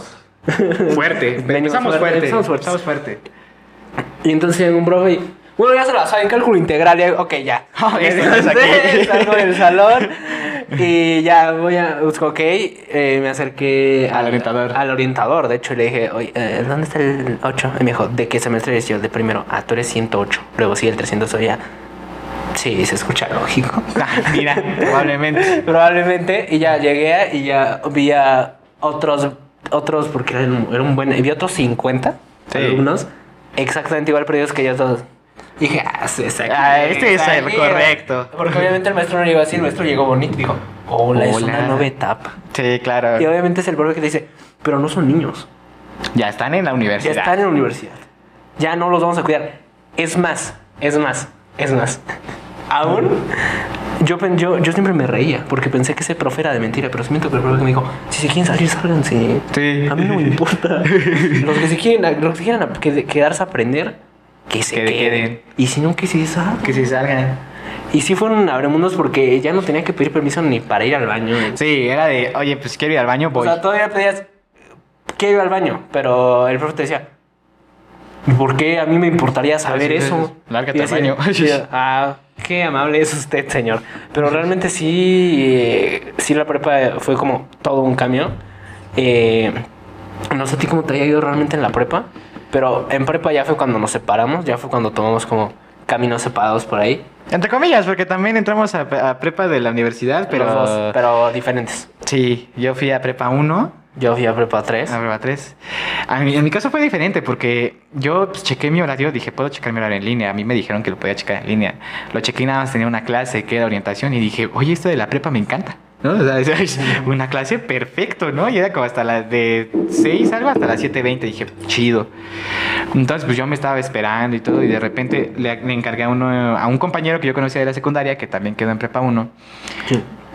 S1: estamos
S2: [LAUGHS]
S1: Fuerte,
S2: Venimos
S1: empezamos
S2: fuerte,
S1: fuerte.
S2: empezamos fuerte.
S1: Empezamos fuerte. [LAUGHS]
S2: Y entonces llega un profe y, bueno, ya se la saben, cálculo integral. Y yo, ok, ya. [LAUGHS]
S1: Ah, ya estás [LAUGHS] aquí.
S2: Entonces, salgo del salón y ya voy a, busco, ok, eh, me acerqué
S1: Al orientador.
S2: Al orientador, de hecho, y le dije, oye, eh, ¿dónde está el 8? Y me dijo, ¿de qué semestre eres? Y yo, de primero, ah, tú eres 108. Luego, sí, el 300 soy ya. Sí, se escucha lógico.
S1: Ah, mira, probablemente.
S2: Probablemente. Y ya llegué y ya vi a otros, otros porque era un, era un buen... Vi otros 50
S1: Sí.
S2: alumnos exactamente igual perdidos que ellos dos. Y dije, ah, sí, es aquí,
S1: Ah, este es el
S2: aquí".
S1: correcto.
S2: Porque obviamente el maestro no llegó así, el maestro llegó bonito y dijo, hola, es
S1: Hola.
S2: una nueva etapa.
S1: Sí,
S2: Y
S1: claro.
S2: obviamente es el profe que te dice, pero no son niños,
S1: Ya están en la
S2: ya
S1: universidad.
S2: están en la universidad, ya no los vamos a cuidar. Es más, es más, es más. Aún, yo, pen- yo, yo siempre me reía porque pensé que ese profe era de mentira, pero siento que el profe que me dijo, si se quieren salir, sálganse.
S1: Sí.
S2: A mí no
S1: [LAUGHS]
S2: me importa. los que se quieren, los que quieran a- que- quedarse a aprender, que se
S1: Que
S2: queden.
S1: queden.
S2: Y si no, que se salgan.
S1: Que si salgan.
S2: Y sí fueron abremundos porque ya no tenía que pedir permiso ni para ir al baño.
S1: Sí, era de, oye, pues quiero ir al baño,
S2: O
S1: voy.
S2: sea, todavía pedías que iba al baño, pero el profe te decía, ¿por qué a mí me importaría saber
S1: sí,
S2: eso?
S1: sí, lárgate
S2: Y
S1: al
S2: así-
S1: baño. [LAUGHS]
S2: y yo, ah, qué amable es usted, señor. Pero realmente sí, eh, sí la prepa fue como todo un cambio. Eh, no sé a ti cómo te haya ido realmente en la prepa, pero en prepa ya fue cuando nos separamos, ya fue cuando tomamos como caminos separados por ahí.
S1: Entre comillas, porque también entramos a, a prepa de la universidad,
S2: Pero,
S1: pero...
S2: pero diferentes.
S1: Sí, yo fui a prepa 1,
S2: Yo fui a prepa 3.
S1: a prepa 3. A mí- en mi caso fue diferente porque yo pues, chequé mi horario, dije, puedo checar mi horario en línea. A mí me dijeron que lo podía checar en línea. Lo chequé y nada más tenía una clase que era orientación y dije, oye, esto de la prepa me encanta. ¿No? O sea, [LAUGHS] es- una clase perfecto, ¿no? Y era como hasta las de 6 algo hasta las 7.20. Dije, chido. Entonces, pues yo me estaba esperando y todo, y de repente le, le encargué a, uno, a un compañero que yo conocía de la secundaria, que también quedó en prepa 1,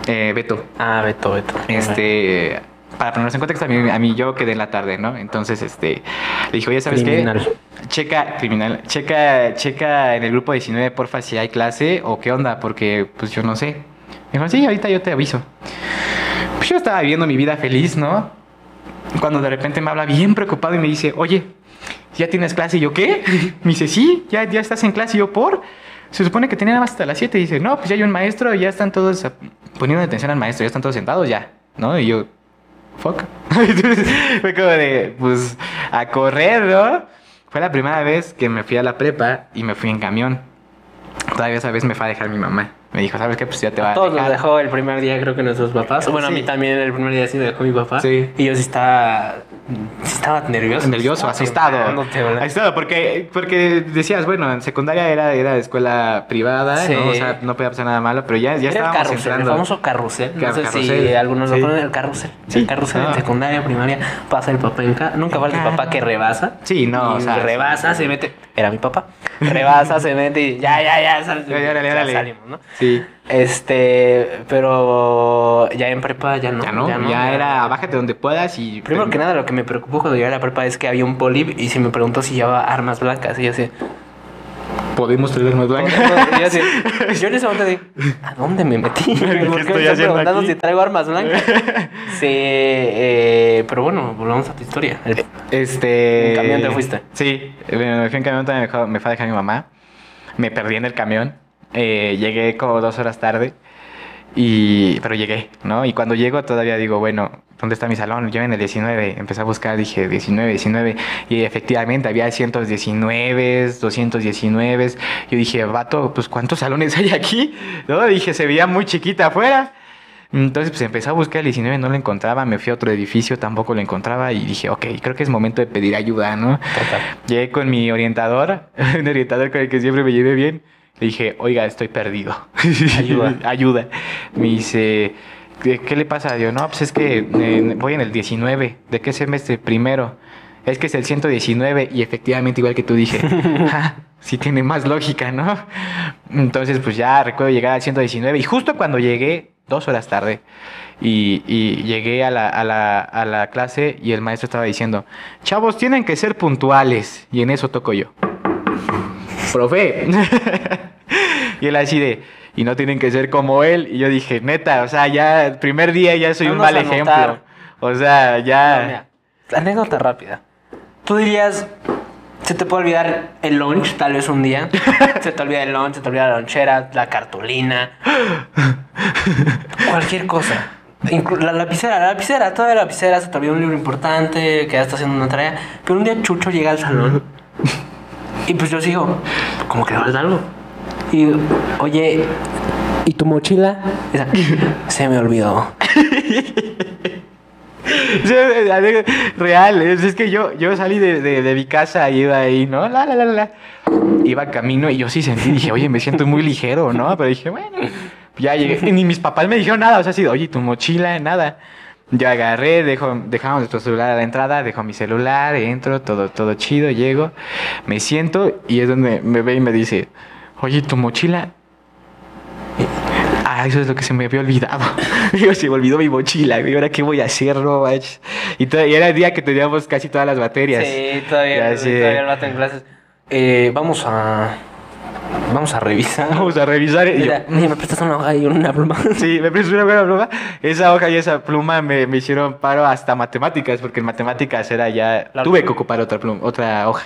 S1: eh, Beto.
S2: Ah, Beto, Beto.
S1: Este, para ponernos en contexto, a mí, a mí yo quedé en la tarde, ¿no? Entonces, este, le dije, oye, ¿sabes
S2: Criminal.
S1: qué? Checa, criminal, checa, checa en el grupo 19, porfa, si hay clase o qué onda, porque pues yo no sé. Me dijo, sí, ahorita yo te aviso. Pues yo estaba viviendo mi vida feliz, ¿no? Cuando de repente me habla bien preocupado y me dice, oye, ¿ya tienes clase? Y yo, ¿qué? Me dice, sí, ya, ya estás en clase. Y yo, ¿por? Se supone que tenía nada más hasta las 7. Y dice, no, pues ya hay un maestro, ya están todos ah, poniendo atención al maestro, ya están todos sentados ya, ¿no? Y yo, fuck. [LAUGHS] Entonces, fue como de, pues, a correr, ¿no? Fue la primera vez que me fui a la prepa y me fui en camión. Todavía esa vez me fue a dejar mi mamá. Me dijo, ¿sabes qué? Pues ya te va a
S2: Todos nos
S1: dejar".
S2: dejó el primer día, creo que nuestros papás. Bueno, a mí
S1: Sí.
S2: también el primer día sí me dejó mi papá.
S1: Sí.
S2: Y yo sí estaba, sí estaba nervioso.
S1: nervioso,
S2: Estaba
S1: asustado.
S2: temblándote, ¿verdad?
S1: Asustado, porque, porque decías, bueno, en secundaria era, era escuela privada,
S2: Sí.
S1: ¿no? O sea, no podía pasar nada malo, pero ya, ya
S2: Era el
S1: estábamos
S2: carrusel, el
S1: entrando.
S2: famoso carrusel. No
S1: Car-
S2: sé si
S1: carrusel,
S2: algunos
S1: sí.
S2: lo ponen el carrusel.
S1: Sí.
S2: El carrusel en
S1: Ah.
S2: secundaria, primaria, pasa el papá en ca- Nunca falta el
S1: carro.
S2: papá que rebasa.
S1: Sí, no,
S2: Y
S1: o sea,
S2: rebasa, se mete. Era
S1: [LAUGHS]
S2: mi papá. Rebasa, se mete y ya, ya, ya. sal-
S1: Ya, ya, órale,
S2: ya
S1: órale.
S2: salimos, ¿no?
S1: Sí.
S2: Este, pero ya en prepa ya no.
S1: Ya no, ya, era bájate donde puedas y.
S2: Primero que nada, lo que me preocupó cuando llegué a la prepa es que había un poli y se me preguntó si llevaba armas blancas. Y
S1: [LAUGHS]
S2: yo así.
S1: Podemos traer más
S2: y
S1: blanca.
S2: yo, así yo en ese momento dije, ¿a dónde
S1: [LAUGHS]
S2: me metí? ¿Por qué me
S1: estoy
S2: están
S1: haciendo
S2: preguntando
S1: aquí?
S2: si traigo
S1: [LAUGHS]
S2: armas blancas? Sí, eh, pero bueno, volvamos a tu historia. El-
S1: Este.
S2: En camión te fuiste.
S1: Sí, me me fui en camión, también me dejó- me fue a dejar mi mamá. Me perdí en el camión. eh, llegué como dos horas tarde. Y, pero llegué, ¿no? Y cuando llego todavía digo, bueno, ¿dónde está mi salón? Yo en el 19, empecé a buscar, dije 19, 19, y efectivamente había 119, 219, yo dije, vato, pues ¿cuántos salones hay aquí? ¿No? Dije, se veía muy chiquita afuera. Entonces, pues empecé a buscar el 19, no lo encontraba, me fui a otro edificio, tampoco lo encontraba, y dije, ok, creo que es momento de pedir ayuda, ¿no? Llegué con mi orientador, [LAUGHS] un orientador con el que siempre me llevé bien. Le dije, oiga, estoy perdido. [LAUGHS]
S2: Ayuda.
S1: Ayuda. Me dice, ¿qué, qué le pasa? Yo, no, pues es que eh, voy en el 19. ¿De qué semestre? Primero. Es que es el 119 y efectivamente igual que tú dije. "Ah, sí tiene más lógica, ¿no? Entonces, pues ya recuerdo llegar al 119 y justo cuando llegué dos horas tarde y, y llegué a la, a, la, a la clase y el maestro estaba diciendo, chavos, tienen que ser puntuales. Y en eso toco yo. Profe. [LAUGHS] y él así de, y no tienen que ser como él. Y yo dije, neta, o sea, ya el primer día ya soy un
S2: Vamos
S1: mal
S2: a anotar.
S1: ejemplo. O sea, ya... [LAUGHS]
S2: No, mira, Ah, anécdota rápida. Tú dirías, se te puede olvidar el lunch, tal vez un día. se te olvida el lunch, se te olvida la lonchera, la cartulina. cualquier cosa. Inclu- la lapicera, la lapicera, toda la lapicera, se te olvida un libro importante, que ya está haciendo una tarea. Pero un día Chucho llega al salón. y pues yo sigo, como que le falta algo. Y, oye, ¿y tu mochila? Esa, se me olvidó.
S1: Sí, es- es- es Real, es, es que yo, yo salí de, de- de mi casa y iba ahí, ¿no? La, la, la, la. Iba camino y yo sí sentí, dije, oye, me siento muy ligero, ¿no? Pero dije, bueno, ya llegué. Y ni mis papás me dijeron nada, o sea, así, de, oye, tu mochila, nada. Yo agarré, dejo, dejamos nuestro celular a la entrada, dejo mi celular, entro, todo, todo chido, llego, me siento y es donde me ve y me dice, oye, tu mochila. Ah, eso es lo que se me había olvidado. [LAUGHS] Digo, se me olvidó mi mochila. güey, ahora qué voy a hacer, no manches? Y, to- y era el día que teníamos casi todas las baterías.
S2: Sí, todavía,
S1: Ya, sí.
S2: todavía el vato en clases. Eh, vamos a. Vamos a revisar.
S1: Vamos a revisar. y yo,
S2: [LAUGHS] Mira, oye, me prestas una hoja y una pluma.
S1: [LAUGHS] sí, me prestas una buena pluma. Esa hoja y esa pluma me, me hicieron paro hasta matemáticas, porque en matemáticas era ya.
S2: La-
S1: tuve que ocupar otra pluma, otra hoja.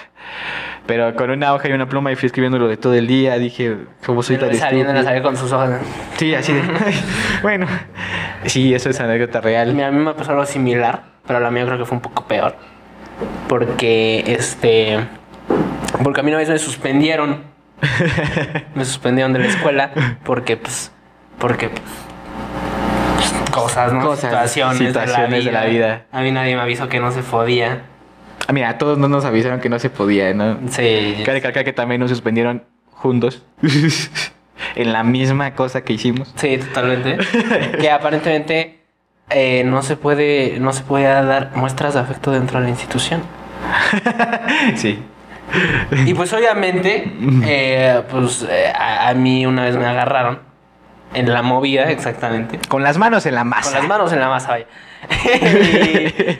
S1: Pero con una hoja y una pluma y fui escribiendo lo de todo el día. Dije, ¿cómo soy tan
S2: saliendo
S1: estúpido?
S2: con sus hojas.
S1: Sí, así de. [LAUGHS] bueno, sí, eso es anécdota real.
S2: Mira, a mí me pasó algo similar, pero la mía creo que fue un poco peor. Porque, este. Porque a mí una vez
S1: [LAUGHS]
S2: me suspendieron. me suspendieron de la escuela porque, pues. Porque, pues. pues, Cosas, ¿no?
S1: Cosas,
S2: situaciones,
S1: situaciones
S2: de, la
S1: de la vida.
S2: vida. A mí nadie me avisó que no se podía.
S1: Ah, Mira, a todos no nos avisaron que no se podía, ¿no?
S2: Sí.
S1: Cabe recalcar que también nos suspendieron juntos. [LAUGHS] en la misma cosa que hicimos.
S2: Sí, totalmente. que aparentemente eh, no se puede, no se puede dar muestras de afecto dentro de la institución.
S1: Sí.
S2: Y pues obviamente, eh, pues eh, a, a mí una vez me agarraron en la movida, exactamente.
S1: Con las manos en la masa.
S2: Con las manos en la masa, vaya. [LAUGHS]
S1: [LAUGHS]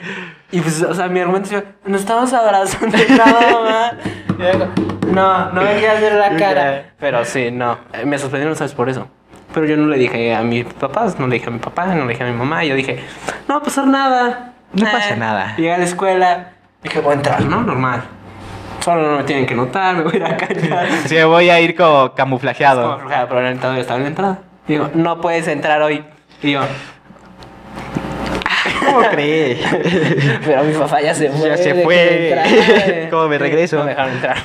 S2: y, y, pues, o sea, mi argumento es, nos estamos abrazando, no,
S1: [LAUGHS]
S2: mamá. Y yo digo, No, no me quieras ver la cara. Pero sí, no, eh, me suspendieron, ¿sabes? Por eso. Pero yo no le dije a mis papás, no le dije a mi papá, no le dije a mi mamá. Yo dije, no va a pasar nada.
S1: No
S2: Eh,
S1: pasa nada.
S2: Llegué a la escuela, dije, voy a entrar, ¿no? Normal. Solo no me tienen que notar, [LAUGHS] me voy a ir
S1: [LAUGHS]
S2: a callar.
S1: Sí, me voy a ir como camuflajeado.
S2: Como flojera, pero la neta, yo estaba en la entrada. Digo, no puedes entrar hoy. Y yo,
S1: ¿Cómo crees?
S2: [LAUGHS] Pero mi papá ya se fue.
S1: Ya se
S2: déjenme
S1: fue. [LAUGHS]
S2: entrar.
S1: ¿Cómo me regreso?
S2: No me dejaron entrar.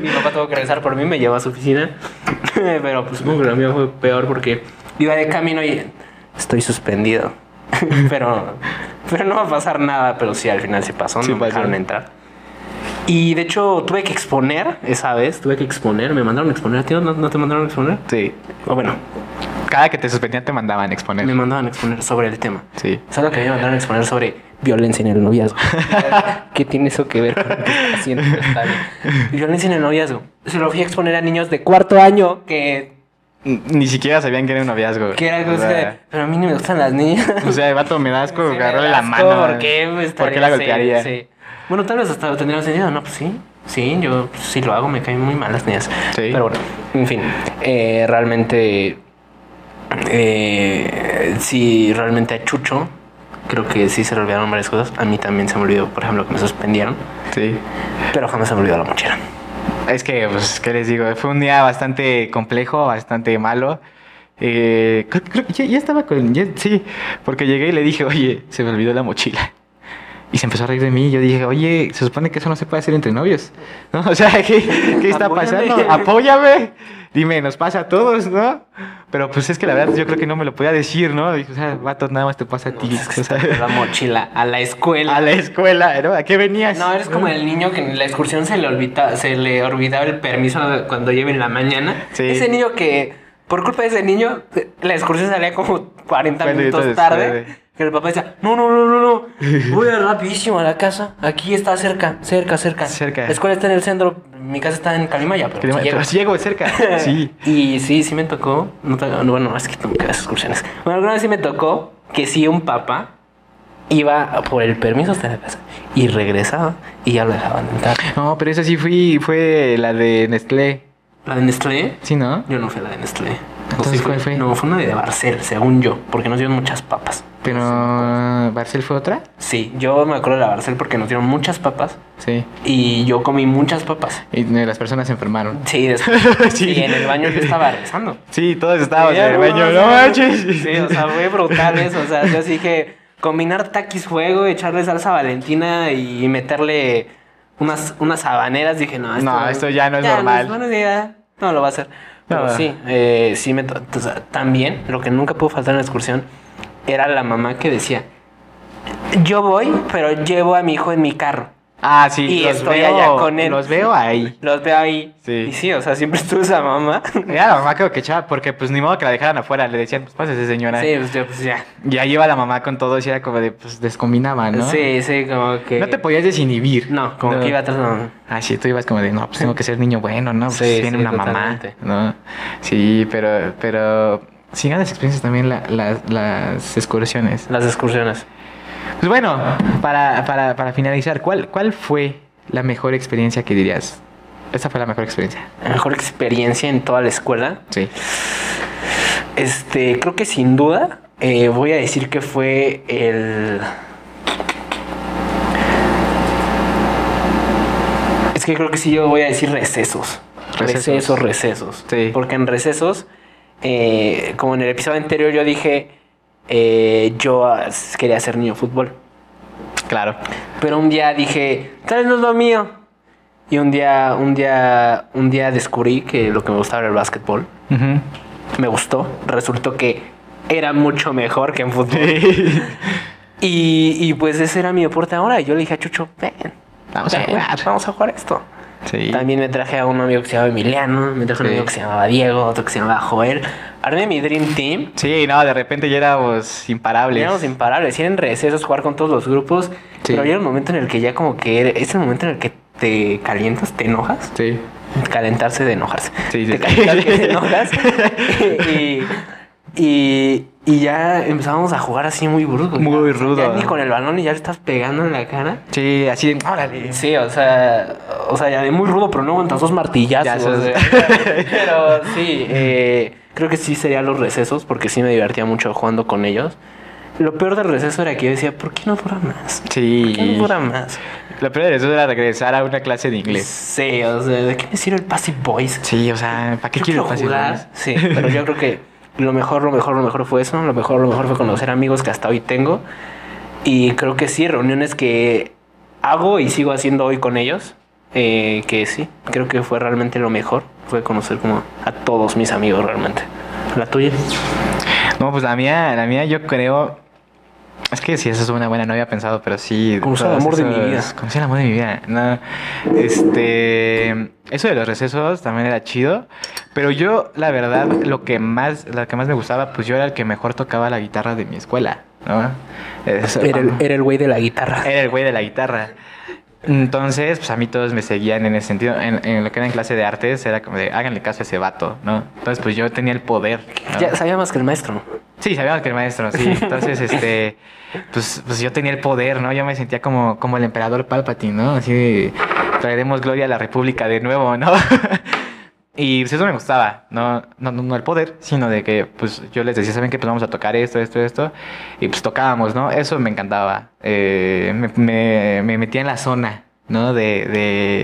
S2: [LAUGHS] mi papá tuvo que regresar por mí, me llevó a su oficina. [LAUGHS] Pero pues supongo que lo mío fue peor porque iba de camino y estoy suspendido. [LAUGHS] pero, pero no va a pasar nada, pero sí, al final se pasó,
S1: Sí
S2: no me
S1: pasó.
S2: dejaron entrar. Y de hecho tuve que exponer esa vez, tuve que exponer, me mandaron a exponer, ¿a ti no, no te mandaron a exponer?
S1: Sí.
S2: O bueno,
S1: Cada que te suspendían te mandaban a exponer.
S2: me mandaban a exponer sobre el tema.
S1: Sí.
S2: Solo que a mí me mandaron a exponer sobre violencia en el noviazgo. ¿Qué tiene eso que ver con lo que está haciendo? Pero está bien. Violencia en el noviazgo. Se lo fui a exponer a niños de cuarto año que,
S1: N- Ni siquiera sabían que era un noviazgo.
S2: que era
S1: o
S2: cosa de,
S1: sea,
S2: pero a mí no me gustan las niñas.
S1: o sea, el vato me da asco
S2: [LAUGHS] Sí, me
S1: agarrarle
S2: da
S1: la
S2: asco,
S1: mano. eh.
S2: ¿Por qué? Pues,
S1: ¿Por qué
S2: estaría-
S1: la
S2: sí,
S1: golpearía?
S2: sí. Bueno, tal vez hasta tendría sentido. No, pues sí. Sí, yo pues, sí lo hago, me caen muy mal las niñas.
S1: Sí.
S2: Pero bueno, en fin. eh, realmente. eh, sí, realmente a Chucho. Creo que sí se le olvidaron varias cosas. A mí también se me olvidó, por ejemplo, que me suspendieron.
S1: sí.
S2: Pero jamás se me olvidó la mochila.
S1: Es que, pues, ¿qué les digo? Fue un día bastante complejo, bastante malo. Eh, creo, creo que ya, ya estaba con... ya- sí, porque llegué y le dije, oye, se me olvidó la mochila. Y se empezó a reír de mí. Yo dije, oye, se supone que eso no se puede hacer entre novios. ¿No? [LAUGHS] O sea, ¿qué, qué está
S2: Apóyame.
S1: pasando? Apóyame. Dime, nos pasa a todos, ¿no? Pero pues es que la verdad yo creo que no me lo podía decir, ¿no? Dije, o sea, vato, nada más te pasa a ti.
S2: Es que
S1: [LAUGHS] o
S2: se
S1: sea,
S2: me olvidó la mochila a la escuela.
S1: a la escuela, ¿no? ¿A qué venías?
S2: No, eres como el niño que en la excursión se le olvida, se le olvidaba el permiso cuando lleve en la mañana.
S1: Sí.
S2: Ese niño que, por culpa de ese niño, la excursión salía como 40
S1: Cuarenta
S2: minutos
S1: minutos
S2: tarde.
S1: tarde.
S2: Que el papá decía, no, no, no, no, no. Voy a rapidísimo a la casa. Aquí está cerca, cerca, cerca.
S1: Cerca.
S2: La escuela está en el centro. Mi casa está en Calimaya, pero
S1: Que
S2: sí
S1: digo,
S2: llego.
S1: "Pero sí llego de
S2: [LAUGHS]
S1: cerca. Sí.
S2: Y sí, sí me tocó. No te- no, bueno, es que nunca las excursiones. Bueno, alguna vez sí me tocó que sí un papá iba por el permiso hasta la casa y regresaba y ya lo dejaban entrar.
S1: No, pero esa sí fui, fue la de Nestlé.
S2: ¿La de Nestlé?
S1: Sí, ¿no?
S2: Yo no fui a la de Nestlé. ¿O
S1: Entonces,
S2: sí fui?
S1: ¿cuál fue?
S2: No, fue una de Barcel, según yo, porque nos dieron muchas papas.
S1: Pero Barcel fue otra.
S2: Sí, yo me acuerdo de la Barcel porque nos dieron muchas papas
S1: Sí.
S2: y yo comí muchas papas.
S1: Y las personas se enfermaron.
S2: Sí, después.
S1: [LAUGHS] Sí.
S2: Y en el baño yo estaba regresando.
S1: Sí, todos estábamos
S2: Sí,
S1: en el
S2: algunos,
S1: baño.
S2: sí,
S1: No manches.
S2: Sí, o sea, fue brutal eso. O sea, yo así que combinar taquis fuego, echarle salsa valentina y meterle unas, unas habaneras, dije, no, esto,
S1: No, esto ya no es normal.
S2: No, es buena idea, no lo va a hacer. Pero
S1: No.
S2: sí, eh, sí me... to- o sea, también, lo que nunca pudo faltar en la excursión era la mamá que decía, yo voy, pero llevo a mi hijo en mi carro.
S1: [LAUGHS] Ah, sí.
S2: Y
S1: los
S2: estoy
S1: veo,
S2: allá con él.
S1: Los veo ahí.
S2: Los veo ahí.
S1: Sí.
S2: Y sí, o sea, siempre estuvo esa mamá. Sí,
S1: Era la mamá creo que echaba, porque pues ni modo que la dejaran afuera. Le decían, pues pásese señora.
S2: pues, yo, pues ya.
S1: Y ahí iba la mamá con todo y era como de, pues descombinaba, ¿no?
S2: Sí, sí, como que...
S1: No te podías desinhibir.
S2: No, como
S1: No.
S2: que iba atrás. No.
S1: Ah, sí, tú ibas como de, no, pues tengo que ser niño bueno, ¿no? Pues
S2: Sí,
S1: tiene
S2: sí,
S1: una mamá,
S2: totalmente.
S1: ¿no? Sí, pero, pero, sigan las experiencias también la- la- las excursiones.
S2: Las excursiones.
S1: Pues bueno, para, para, para finalizar, ¿cuál, ¿cuál fue la mejor experiencia que dirías? Esta fue la mejor experiencia.
S2: La mejor experiencia en toda la escuela.
S1: Sí.
S2: Este, creo que sin duda eh, voy a decir que fue el. Es que creo que sí, yo voy a decir recesos.
S1: Recesos.
S2: Recesos, recesos.
S1: Sí.
S2: Porque en recesos, eh, como en el episodio anterior, yo dije, eh, yo ah, quería ser niño fútbol.
S1: Claro.
S2: Pero un día dije, tal vez no es lo mío. Y un día, un día, un día descubrí que lo que me gustaba era el básquetbol.
S1: Ujú.
S2: Me gustó. Resultó que era mucho mejor que en fútbol. Y, y pues ese era mi deporte ahora. Y yo le dije a Chucho, ven.
S1: [LAUGHS] Vamos a
S2: ven,
S1: jugar.
S2: Vamos a jugar esto.
S1: Sí.
S2: También me traje a un amigo que se llamaba Emiliano, me traje a un
S1: Sí.
S2: amigo que se llamaba Diego, otro que se llamaba Joel. Armé mi Dream Team.
S1: Sí, no, de repente ya éramos imparables.
S2: Éramos imparables, eran recesos, jugar con todos los grupos.
S1: Sí.
S2: Pero llega el momento en el que ya como que er- es el momento en el que te calientas, te enojas.
S1: Sí.
S2: Calentarse de enojarse.
S1: Sí, sí,
S2: te
S1: sí.
S2: calientas que
S1: [LAUGHS]
S2: te enojas. y, y, y ya empezábamos a jugar así muy bruscos.
S1: Muy
S2: ya. O sea,
S1: rudo.
S2: Ya ni con el balón y ya le estás pegando en la cara.
S1: Sí, así de, órale.
S2: Sí, o sea, o sea, ya de muy rudo, pero no aguantas dos martillazos.
S1: Ya,
S2: o
S1: sí.
S2: sea, pero sí, eh, creo que sí serían los recesos, porque sí me divertía mucho jugando con ellos. Lo peor del receso era que yo decía, ¿por qué no dura más? ¿Por
S1: Sí.
S2: qué no dura más?
S1: Lo peor de eso era regresar a una clase de inglés.
S2: Sí, o sea, ¿de qué me sirve el Passive Boys?
S1: Sí, o sea, ¿para qué
S2: Yo
S1: quiero pasar?
S2: jugar. Sí, pero yo creo que lo mejor, lo mejor, lo mejor fue eso. Lo mejor, lo mejor fue conocer amigos que hasta hoy tengo. Y creo que sí, reuniones que hago y sigo haciendo hoy con ellos. eh, que sí, creo que fue realmente lo mejor. Fue conocer como a todos mis amigos realmente. La tuya.
S1: No, pues la mía, la mía yo creo. Es que si eso es una buena, no había pensado, pero sí.
S2: Conocí al
S1: todos
S2: amor de mi vida.
S1: esos- Conocí el amor de mi vida. No. Este. Eso de los recesos también era chido. Pero yo, la verdad, lo que más, lo que más me gustaba, pues yo era el que mejor tocaba la guitarra de mi escuela, ¿no? Eso-
S2: Era el, era el güey de la guitarra.
S1: [LAUGHS] Era el güey de la guitarra. Entonces, pues a mí todos me seguían en ese sentido. En, en lo que era en clase de artes, era como de háganle caso a ese vato, ¿no? Entonces, pues yo tenía el poder. ¿no?
S2: Ya sabía más que el maestro. ¿no?
S1: Sí, sabíamos que el maestro, sí. Entonces, este, pues, pues yo tenía el poder, ¿no? Yo me sentía como, como el emperador Palpatine, ¿no? Así de, traeremos gloria a la República de nuevo, ¿no? [LAUGHS] Y pues, eso me gustaba, ¿no? No, no, no el poder, sino de que pues yo les decía, ¿saben qué? Pues vamos a tocar esto, esto, esto. Y pues tocábamos, ¿no? Eso me encantaba. Eh, me, me- me metía en la zona, ¿no? De,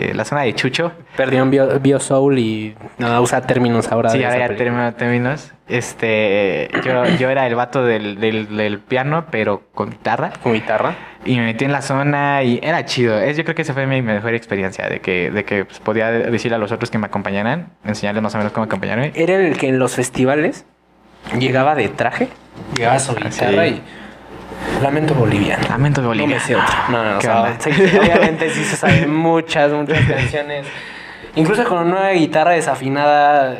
S1: de la zona de Chucho.
S2: Perdieron Bio, Bio Soul y no, usa términos ahora.
S1: Sí,
S2: de
S1: ahora
S2: esa
S1: ya
S2: película.
S1: termino términos. Este, yo, yo era el vato del, del, del piano, pero con guitarra.
S2: Con guitarra.
S1: Y me metí en la zona y era chido. Es, yo creo que esa fue mi mejor experiencia, de que, de que pues, podía decirle a los otros que me acompañaran, enseñarles más o menos cómo acompañarme.
S2: Era el que en los festivales llegaba de traje, llegaba su guitarra
S1: sí.
S2: y lamento boliviano.
S1: Lamento de
S2: No
S1: Bolivia.
S2: me sé otra. No, no, no, o
S1: ¿Qué
S2: sea,
S1: onda?
S2: sí, sí, obviamente sí
S1: [LAUGHS]
S2: se saben muchas, muchas canciones. Incluso con una guitarra desafinada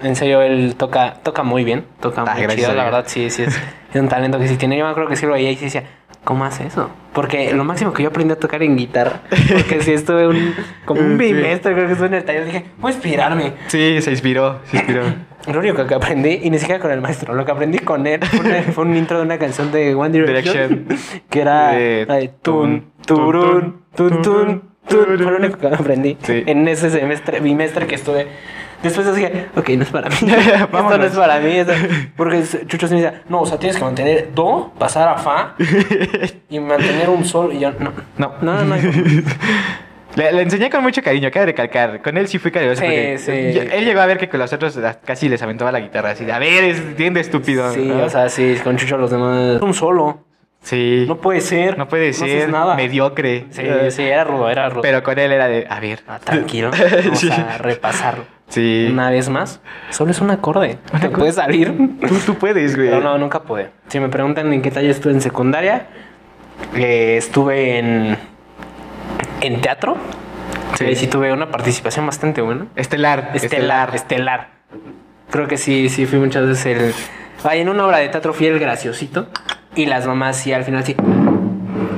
S2: En serio, él toca, toca muy bien, toca
S1: Ah,
S2: muy
S1: gracias
S2: chido,
S1: a
S2: la
S1: Dios.
S2: verdad, sí, sí es, es un talento que sí tiene. Yo me acuerdo que sí lo veía y sí decía, ¿cómo hace eso? Porque lo máximo que yo aprendí a tocar en guitarra, porque sí estuve un, como
S1: [LAUGHS]
S2: un
S1: Sí.
S2: bimestre, creo que estuve en el taller, dije, voy a inspirarme.
S1: Sí, se inspiró, se inspiró.
S2: Lo único que aprendí, y ni siquiera con el maestro, lo que aprendí con él fue, una- fue un intro de una canción de One Direction, [LAUGHS] que era
S1: De
S2: la de Tun,
S1: tun,
S2: Turun,
S1: tun,
S2: Tun, Tun,
S1: tun,
S2: Tun. Fue lo único que aprendí
S1: Sí.
S2: en ese semestre, bimestre que estuve. Después dije, ok, no es
S1: [LAUGHS]
S2: para mí. esto no
S1: Vámonos.
S2: es para mí. esto- Porque es- Chucho se me decía, no, o sea, tienes que mantener do, pasar
S1: [LAUGHS]
S2: a fa y mantener un sol. Y yo, no,
S1: No.
S2: no, no. no.
S1: Le, le enseñé con mucho cariño, cabe recalcar. Con él sí fui cariñoso.
S2: Sí,
S1: porque
S2: sí.
S1: Él llegó a ver que con los otros la- casi les aventaba la guitarra así. de, A ver, es bien de [LAUGHS] estúpido.
S2: Sí,
S1: ¿no?
S2: o sea, sí, con Chucho los demás. Un solo.
S1: Sí.
S2: No puede ser.
S1: No puede
S2: haces
S1: ser
S2: nada.
S1: mediocre.
S2: Sí, sí, era rudo, era rudo.
S1: Eh, Pero con él era de, a ver.
S2: Ah, tranquilo,
S1: [LAUGHS]
S2: vamos
S1: Sí.
S2: a repasarlo.
S1: Sí.
S2: Una vez más, solo es un acorde. Te puede salir.
S1: Tú, tú puedes, güey.
S2: Pero no, nunca pude. Si me preguntan en qué talla estuve en secundaria, eh, estuve en, en teatro.
S1: Sí.
S2: Sí. sí tuve una participación bastante buena.
S1: Estelar.
S2: Estelar, estelar. Creo que sí, sí, fui muchas veces el... Ay, en una obra de teatro fui el graciosito. Y las mamás sí, al final sí...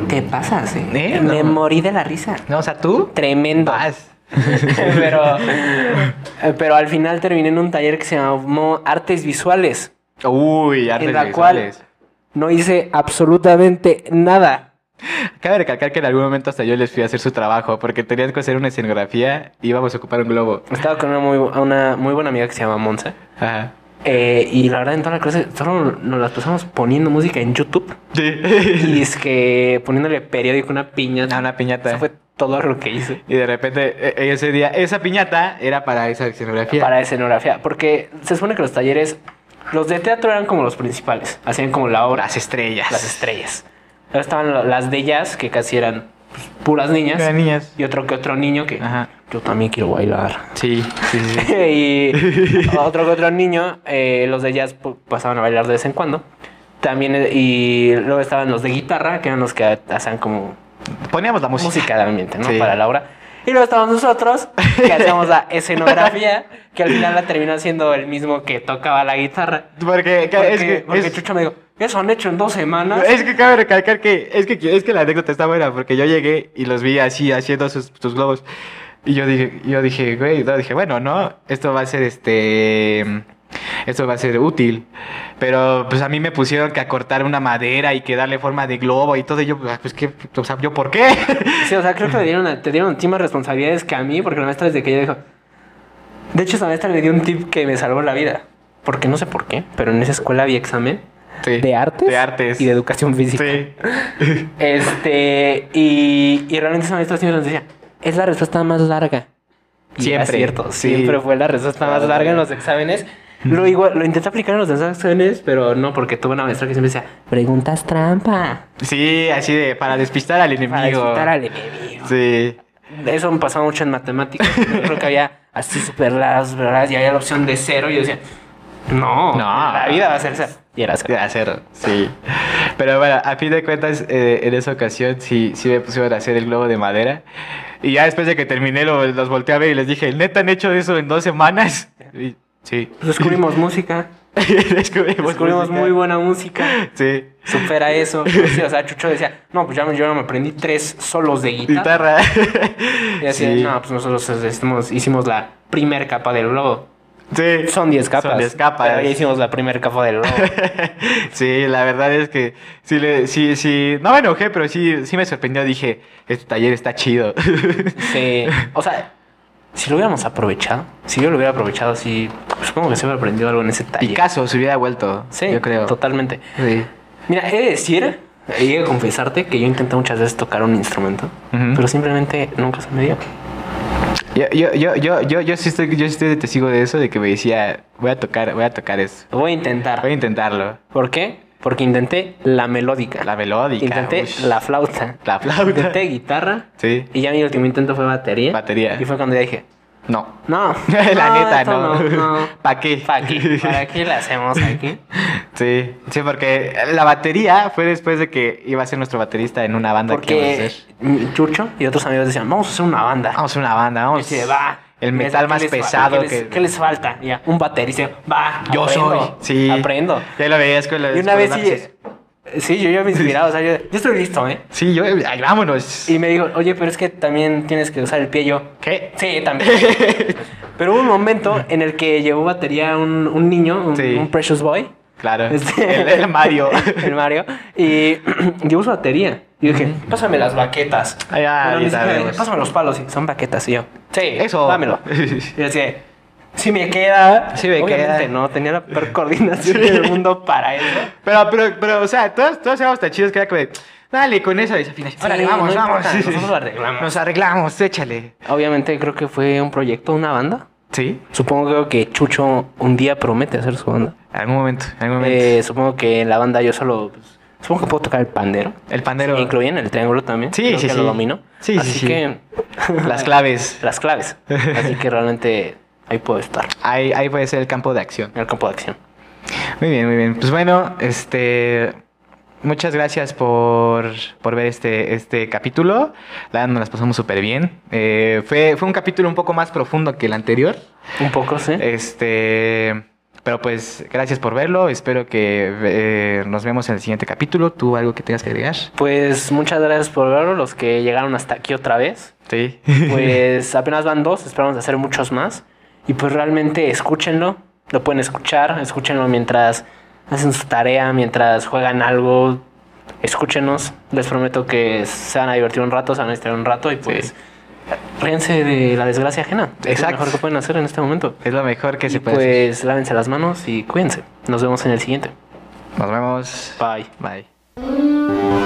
S2: ¿Qué pasas? eh?
S1: Eh,
S2: Me
S1: no. Ah,
S2: morí de la risa.
S1: No, o sea, tú.
S2: Tremendo.
S1: Vas.
S2: [LAUGHS] pero, pero al final terminé en un taller que se llamó Artes Visuales,
S1: Uy, artes
S2: en la cual
S1: visuales.
S2: no hice absolutamente nada.
S1: Cabe recalcar que en algún momento hasta yo les fui a hacer su trabajo, porque tenían que hacer una escenografía y íbamos a ocupar un globo.
S2: Estaba con una muy, bu- una muy buena amiga que se llama Monza.
S1: Ajá.
S2: eh, y la verdad, en toda la clase solo nos las pasamos poniendo música en YouTube
S1: Sí. [LAUGHS]
S2: y es que poniéndole periódico a una piña.
S1: A Ah, una piñata.
S2: Eso fue todo lo que hice.
S1: Y de repente, e- ese día, esa piñata era para esa escenografía.
S2: Para escenografía. Porque se supone que los talleres, los de teatro eran como los principales. Hacían como la obra.
S1: las estrellas.
S2: las estrellas. Luego estaban lo- las de jazz, que casi eran pues, puras niñas.
S1: Eran niñas.
S2: Y otro que otro niño que
S1: Ajá.
S2: yo también quiero bailar. [LAUGHS]
S1: Sí, sí, sí. sí.
S2: y otro que otro niño, eh, los de jazz pu- pasaban a bailar de vez en cuando. También, eh, y luego estaban los de guitarra, que eran los que hacían como
S1: Poníamos la música.
S2: música de ambiente, ¿no?
S1: Sí.
S2: Para la obra. Y luego estábamos nosotros, que hacíamos
S1: [LAUGHS]
S2: la escenografía, que al final la terminó siendo el mismo que tocaba la guitarra.
S1: Porque, ca-
S2: Porque,
S1: es que,
S2: porque
S1: es-
S2: Chucho me dijo, eso han hecho en dos semanas.
S1: es que cabe recalcar que es, que es que la anécdota está buena, porque yo llegué y los vi así haciendo sus, sus globos. Y yo dije, yo dije, güey, no, dije, bueno, no, esto va a ser este. Esto va a ser útil. Pero pues a mí me pusieron que acortar una madera y que darle forma de globo y todo. Y yo, ah, pues que, o sea, yo, ¿por qué? [LAUGHS]
S2: Sí, o sea, creo que le dieron a- te dieron a ti más responsabilidades que a mí, porque la maestra desde que ella dijo. De hecho, esa maestra le dio un tip que me salvó la vida. Porque no sé por qué, pero en esa escuela había examen
S1: Sí.
S2: de artes,
S1: De artes.
S2: y de educación física.
S1: Sí.
S2: Este, y, y realmente esa maestra siempre nos decía, es la respuesta más larga. Y era
S1: Siempre,
S2: cierto,
S1: sí.
S2: siempre fue la respuesta más
S1: Claro.
S2: larga en los exámenes. Lo, igual, lo intenté aplicar en los exámenes, pero no, porque tuve una maestra que siempre decía, preguntas trampa.
S1: Sí, así de para despistar al enemigo.
S2: Para disfrutar al enemigo.
S1: Sí.
S2: Eso me pasaba mucho en matemáticas. Yo creo que había así super largas, super largas, y había la opción de cero. Y yo decía, no,
S1: No.
S2: la vida va a ser cero. Y era
S1: [LAUGHS]
S2: cero.
S1: De acero, sí. Pero bueno, a fin de cuentas, eh, en esa ocasión sí, sí me pusieron a hacer el globo de madera. Y ya después de que terminé, lo- los volteé a ver y les dije, ¿neta han hecho eso en dos semanas? Y- sí. [LAUGHS]
S2: Pues descubrimos música,
S1: descubrimos
S2: descubrimos
S1: música.
S2: muy buena música.
S1: Sí. [LAUGHS]
S2: Supera eso. Pues Sí, o sea, Chucho decía, no, pues ya me, yo me aprendí tres solos de guitarra.
S1: Guitarra. [LAUGHS]
S2: Y así,
S1: sí.
S2: no, pues nosotros hicimos, hicimos la primer capa del globo.
S1: Sí.
S2: Son 10 capas.
S1: Son 10 capas.
S2: Pero ya hicimos la primer capa del
S1: [LAUGHS]
S2: globo.
S1: sí, la verdad es que sí, le, sí, sí, no me enojé, pero sí, sí me sorprendió. Dije, este taller está chido.
S2: Sí. O sea, si lo hubiéramos aprovechado, si yo lo hubiera aprovechado así, supongo que se hubiera aprendido algo en ese
S1: [LAUGHS]
S2: taller.
S1: Y caso se hubiera vuelto,
S2: Sí,
S1: yo creo.
S2: totalmente.
S1: Sí.
S2: Mira, he de decir, he de confesarte que yo intenté muchas veces tocar un instrumento,
S1: Ujú.
S2: pero simplemente nunca se me dio.
S1: Yo, yo, yo, yo, yo, yo sí estoy, yo sí estoy de testigo de eso, de que me decía, voy a tocar, voy a tocar eso.
S2: Lo voy a intentar.
S1: Voy a intentarlo.
S2: ¿Por qué? Porque intenté la melódica.
S1: La melódica.
S2: intenté
S1: ush.
S2: la flauta.
S1: La flauta.
S2: Intenté guitarra.
S1: Sí.
S2: Y ya mi último intento fue batería.
S1: Batería.
S2: Y fue cuando ya dije,
S1: No. [LAUGHS]
S2: no.
S1: la
S2: no,
S1: neta,
S2: esto
S1: no. [LAUGHS]
S2: no, no.
S1: ¿Para qué? [LAUGHS]
S2: ¿Para qué? ¿Para qué la hacemos aquí?
S1: Sí, sí, porque la batería fue después de que iba a ser nuestro baterista en una banda que íbamos a
S2: Porque
S1: hacer. Ah,
S2: Chucho y otros amigos decían, vamos a hacer una banda.
S1: Vamos a hacer una banda, vamos.
S2: Y se va.
S1: El metal
S2: ¿qué
S1: más
S2: les fa-
S1: pesado
S2: ¿qué les,
S1: que-
S2: ¿Qué les falta? Ya, un baterista. Va,
S1: Yo
S2: aprendo,
S1: soy. Sí.
S2: Aprendo.
S1: Ya lo veías con la
S2: Y una
S1: con
S2: vez
S1: los lápices.
S2: sí. Sí, yo ya me inspiraba. O sea, yo, yo estoy listo, ¿eh?
S1: Sí, yo. Ay, vámonos.
S2: Y me dijo, oye, pero es que también tienes que usar el pie yo.
S1: ¿Qué?
S2: Sí, también.
S1: [LAUGHS]
S2: pero hubo un momento en el que llevó batería un, un niño, un,
S1: Sí.
S2: un Precious Boy.
S1: Claro.
S2: Este-
S1: El, el Mario.
S2: [LAUGHS] el Mario. Y [CLEARS THROAT] yo uso batería. Y dije, pásame las baquetas.
S1: Ay, Ah, ya,
S2: Bueno,
S1: ya
S2: ni siquiera,
S1: sabemos.
S2: pásame los palos. Y son baquetas. Y yo, sí,
S1: Eso.
S2: Dámelo. Y así, si me queda.
S1: Sí me
S2: Obviamente
S1: queda.
S2: no, tenía la peor [LAUGHS] coordinación del mundo para eso.
S1: [LAUGHS] Pero, pero, pero, o sea, todos, todos éramos tan chidos que era como de, dale, con eso, y al final, órale,
S2: no
S1: vamos,
S2: importa,
S1: vamos.
S2: nosotros lo arreglamos.
S1: Nos arreglamos, échale.
S2: Obviamente creo que fue un proyecto, una banda.
S1: Sí,
S2: Supongo que Chucho un día promete hacer su banda.
S1: en algún momento, en algún momento.
S2: Eh, supongo que en la banda yo solo. pues, supongo que puedo tocar el pandero.
S1: el pandero,
S2: Incluyen el triángulo también.
S1: Sí,
S2: creo
S1: sí,
S2: que
S1: sí.
S2: lo domino.
S1: Sí, sí,
S2: Así
S1: sí.
S2: que
S1: las claves, [LAUGHS]
S2: las claves. Así que realmente ahí puedo estar
S1: ahí, ahí puede ser el campo de acción.
S2: en el campo de acción.
S1: Muy bien, muy bien. Pues bueno, este. Muchas gracias por, por ver este, este capítulo. La verdad, nos las pasamos súper bien. Eh, fue, fue un capítulo un poco más profundo que el anterior.
S2: Un poco,
S1: Eh,
S2: sí.
S1: Este. Pero pues, gracias por verlo. Espero que eh, nos vemos en el siguiente capítulo. ¿Tú algo que tengas que agregar?
S2: Pues muchas gracias por verlo, los que llegaron hasta aquí
S1: [LAUGHS]
S2: otra vez.
S1: Sí.
S2: Pues apenas van dos, esperamos hacer muchos más. Y pues realmente escúchenlo, lo pueden escuchar, escúchenlo mientras hacen su tarea, mientras juegan algo. Escúchenos, les prometo que se van a divertir un rato, se van a distraer un rato y pues
S1: Sí.
S2: ríense de la desgracia ajena. Es lo
S1: Exacto.
S2: mejor que pueden hacer en este momento.
S1: Es lo mejor que
S2: Y
S1: se puede hacer.
S2: pues lávense las manos y cuídense. Nos vemos en el siguiente.
S1: Nos vemos.
S2: Bye.
S1: Bye.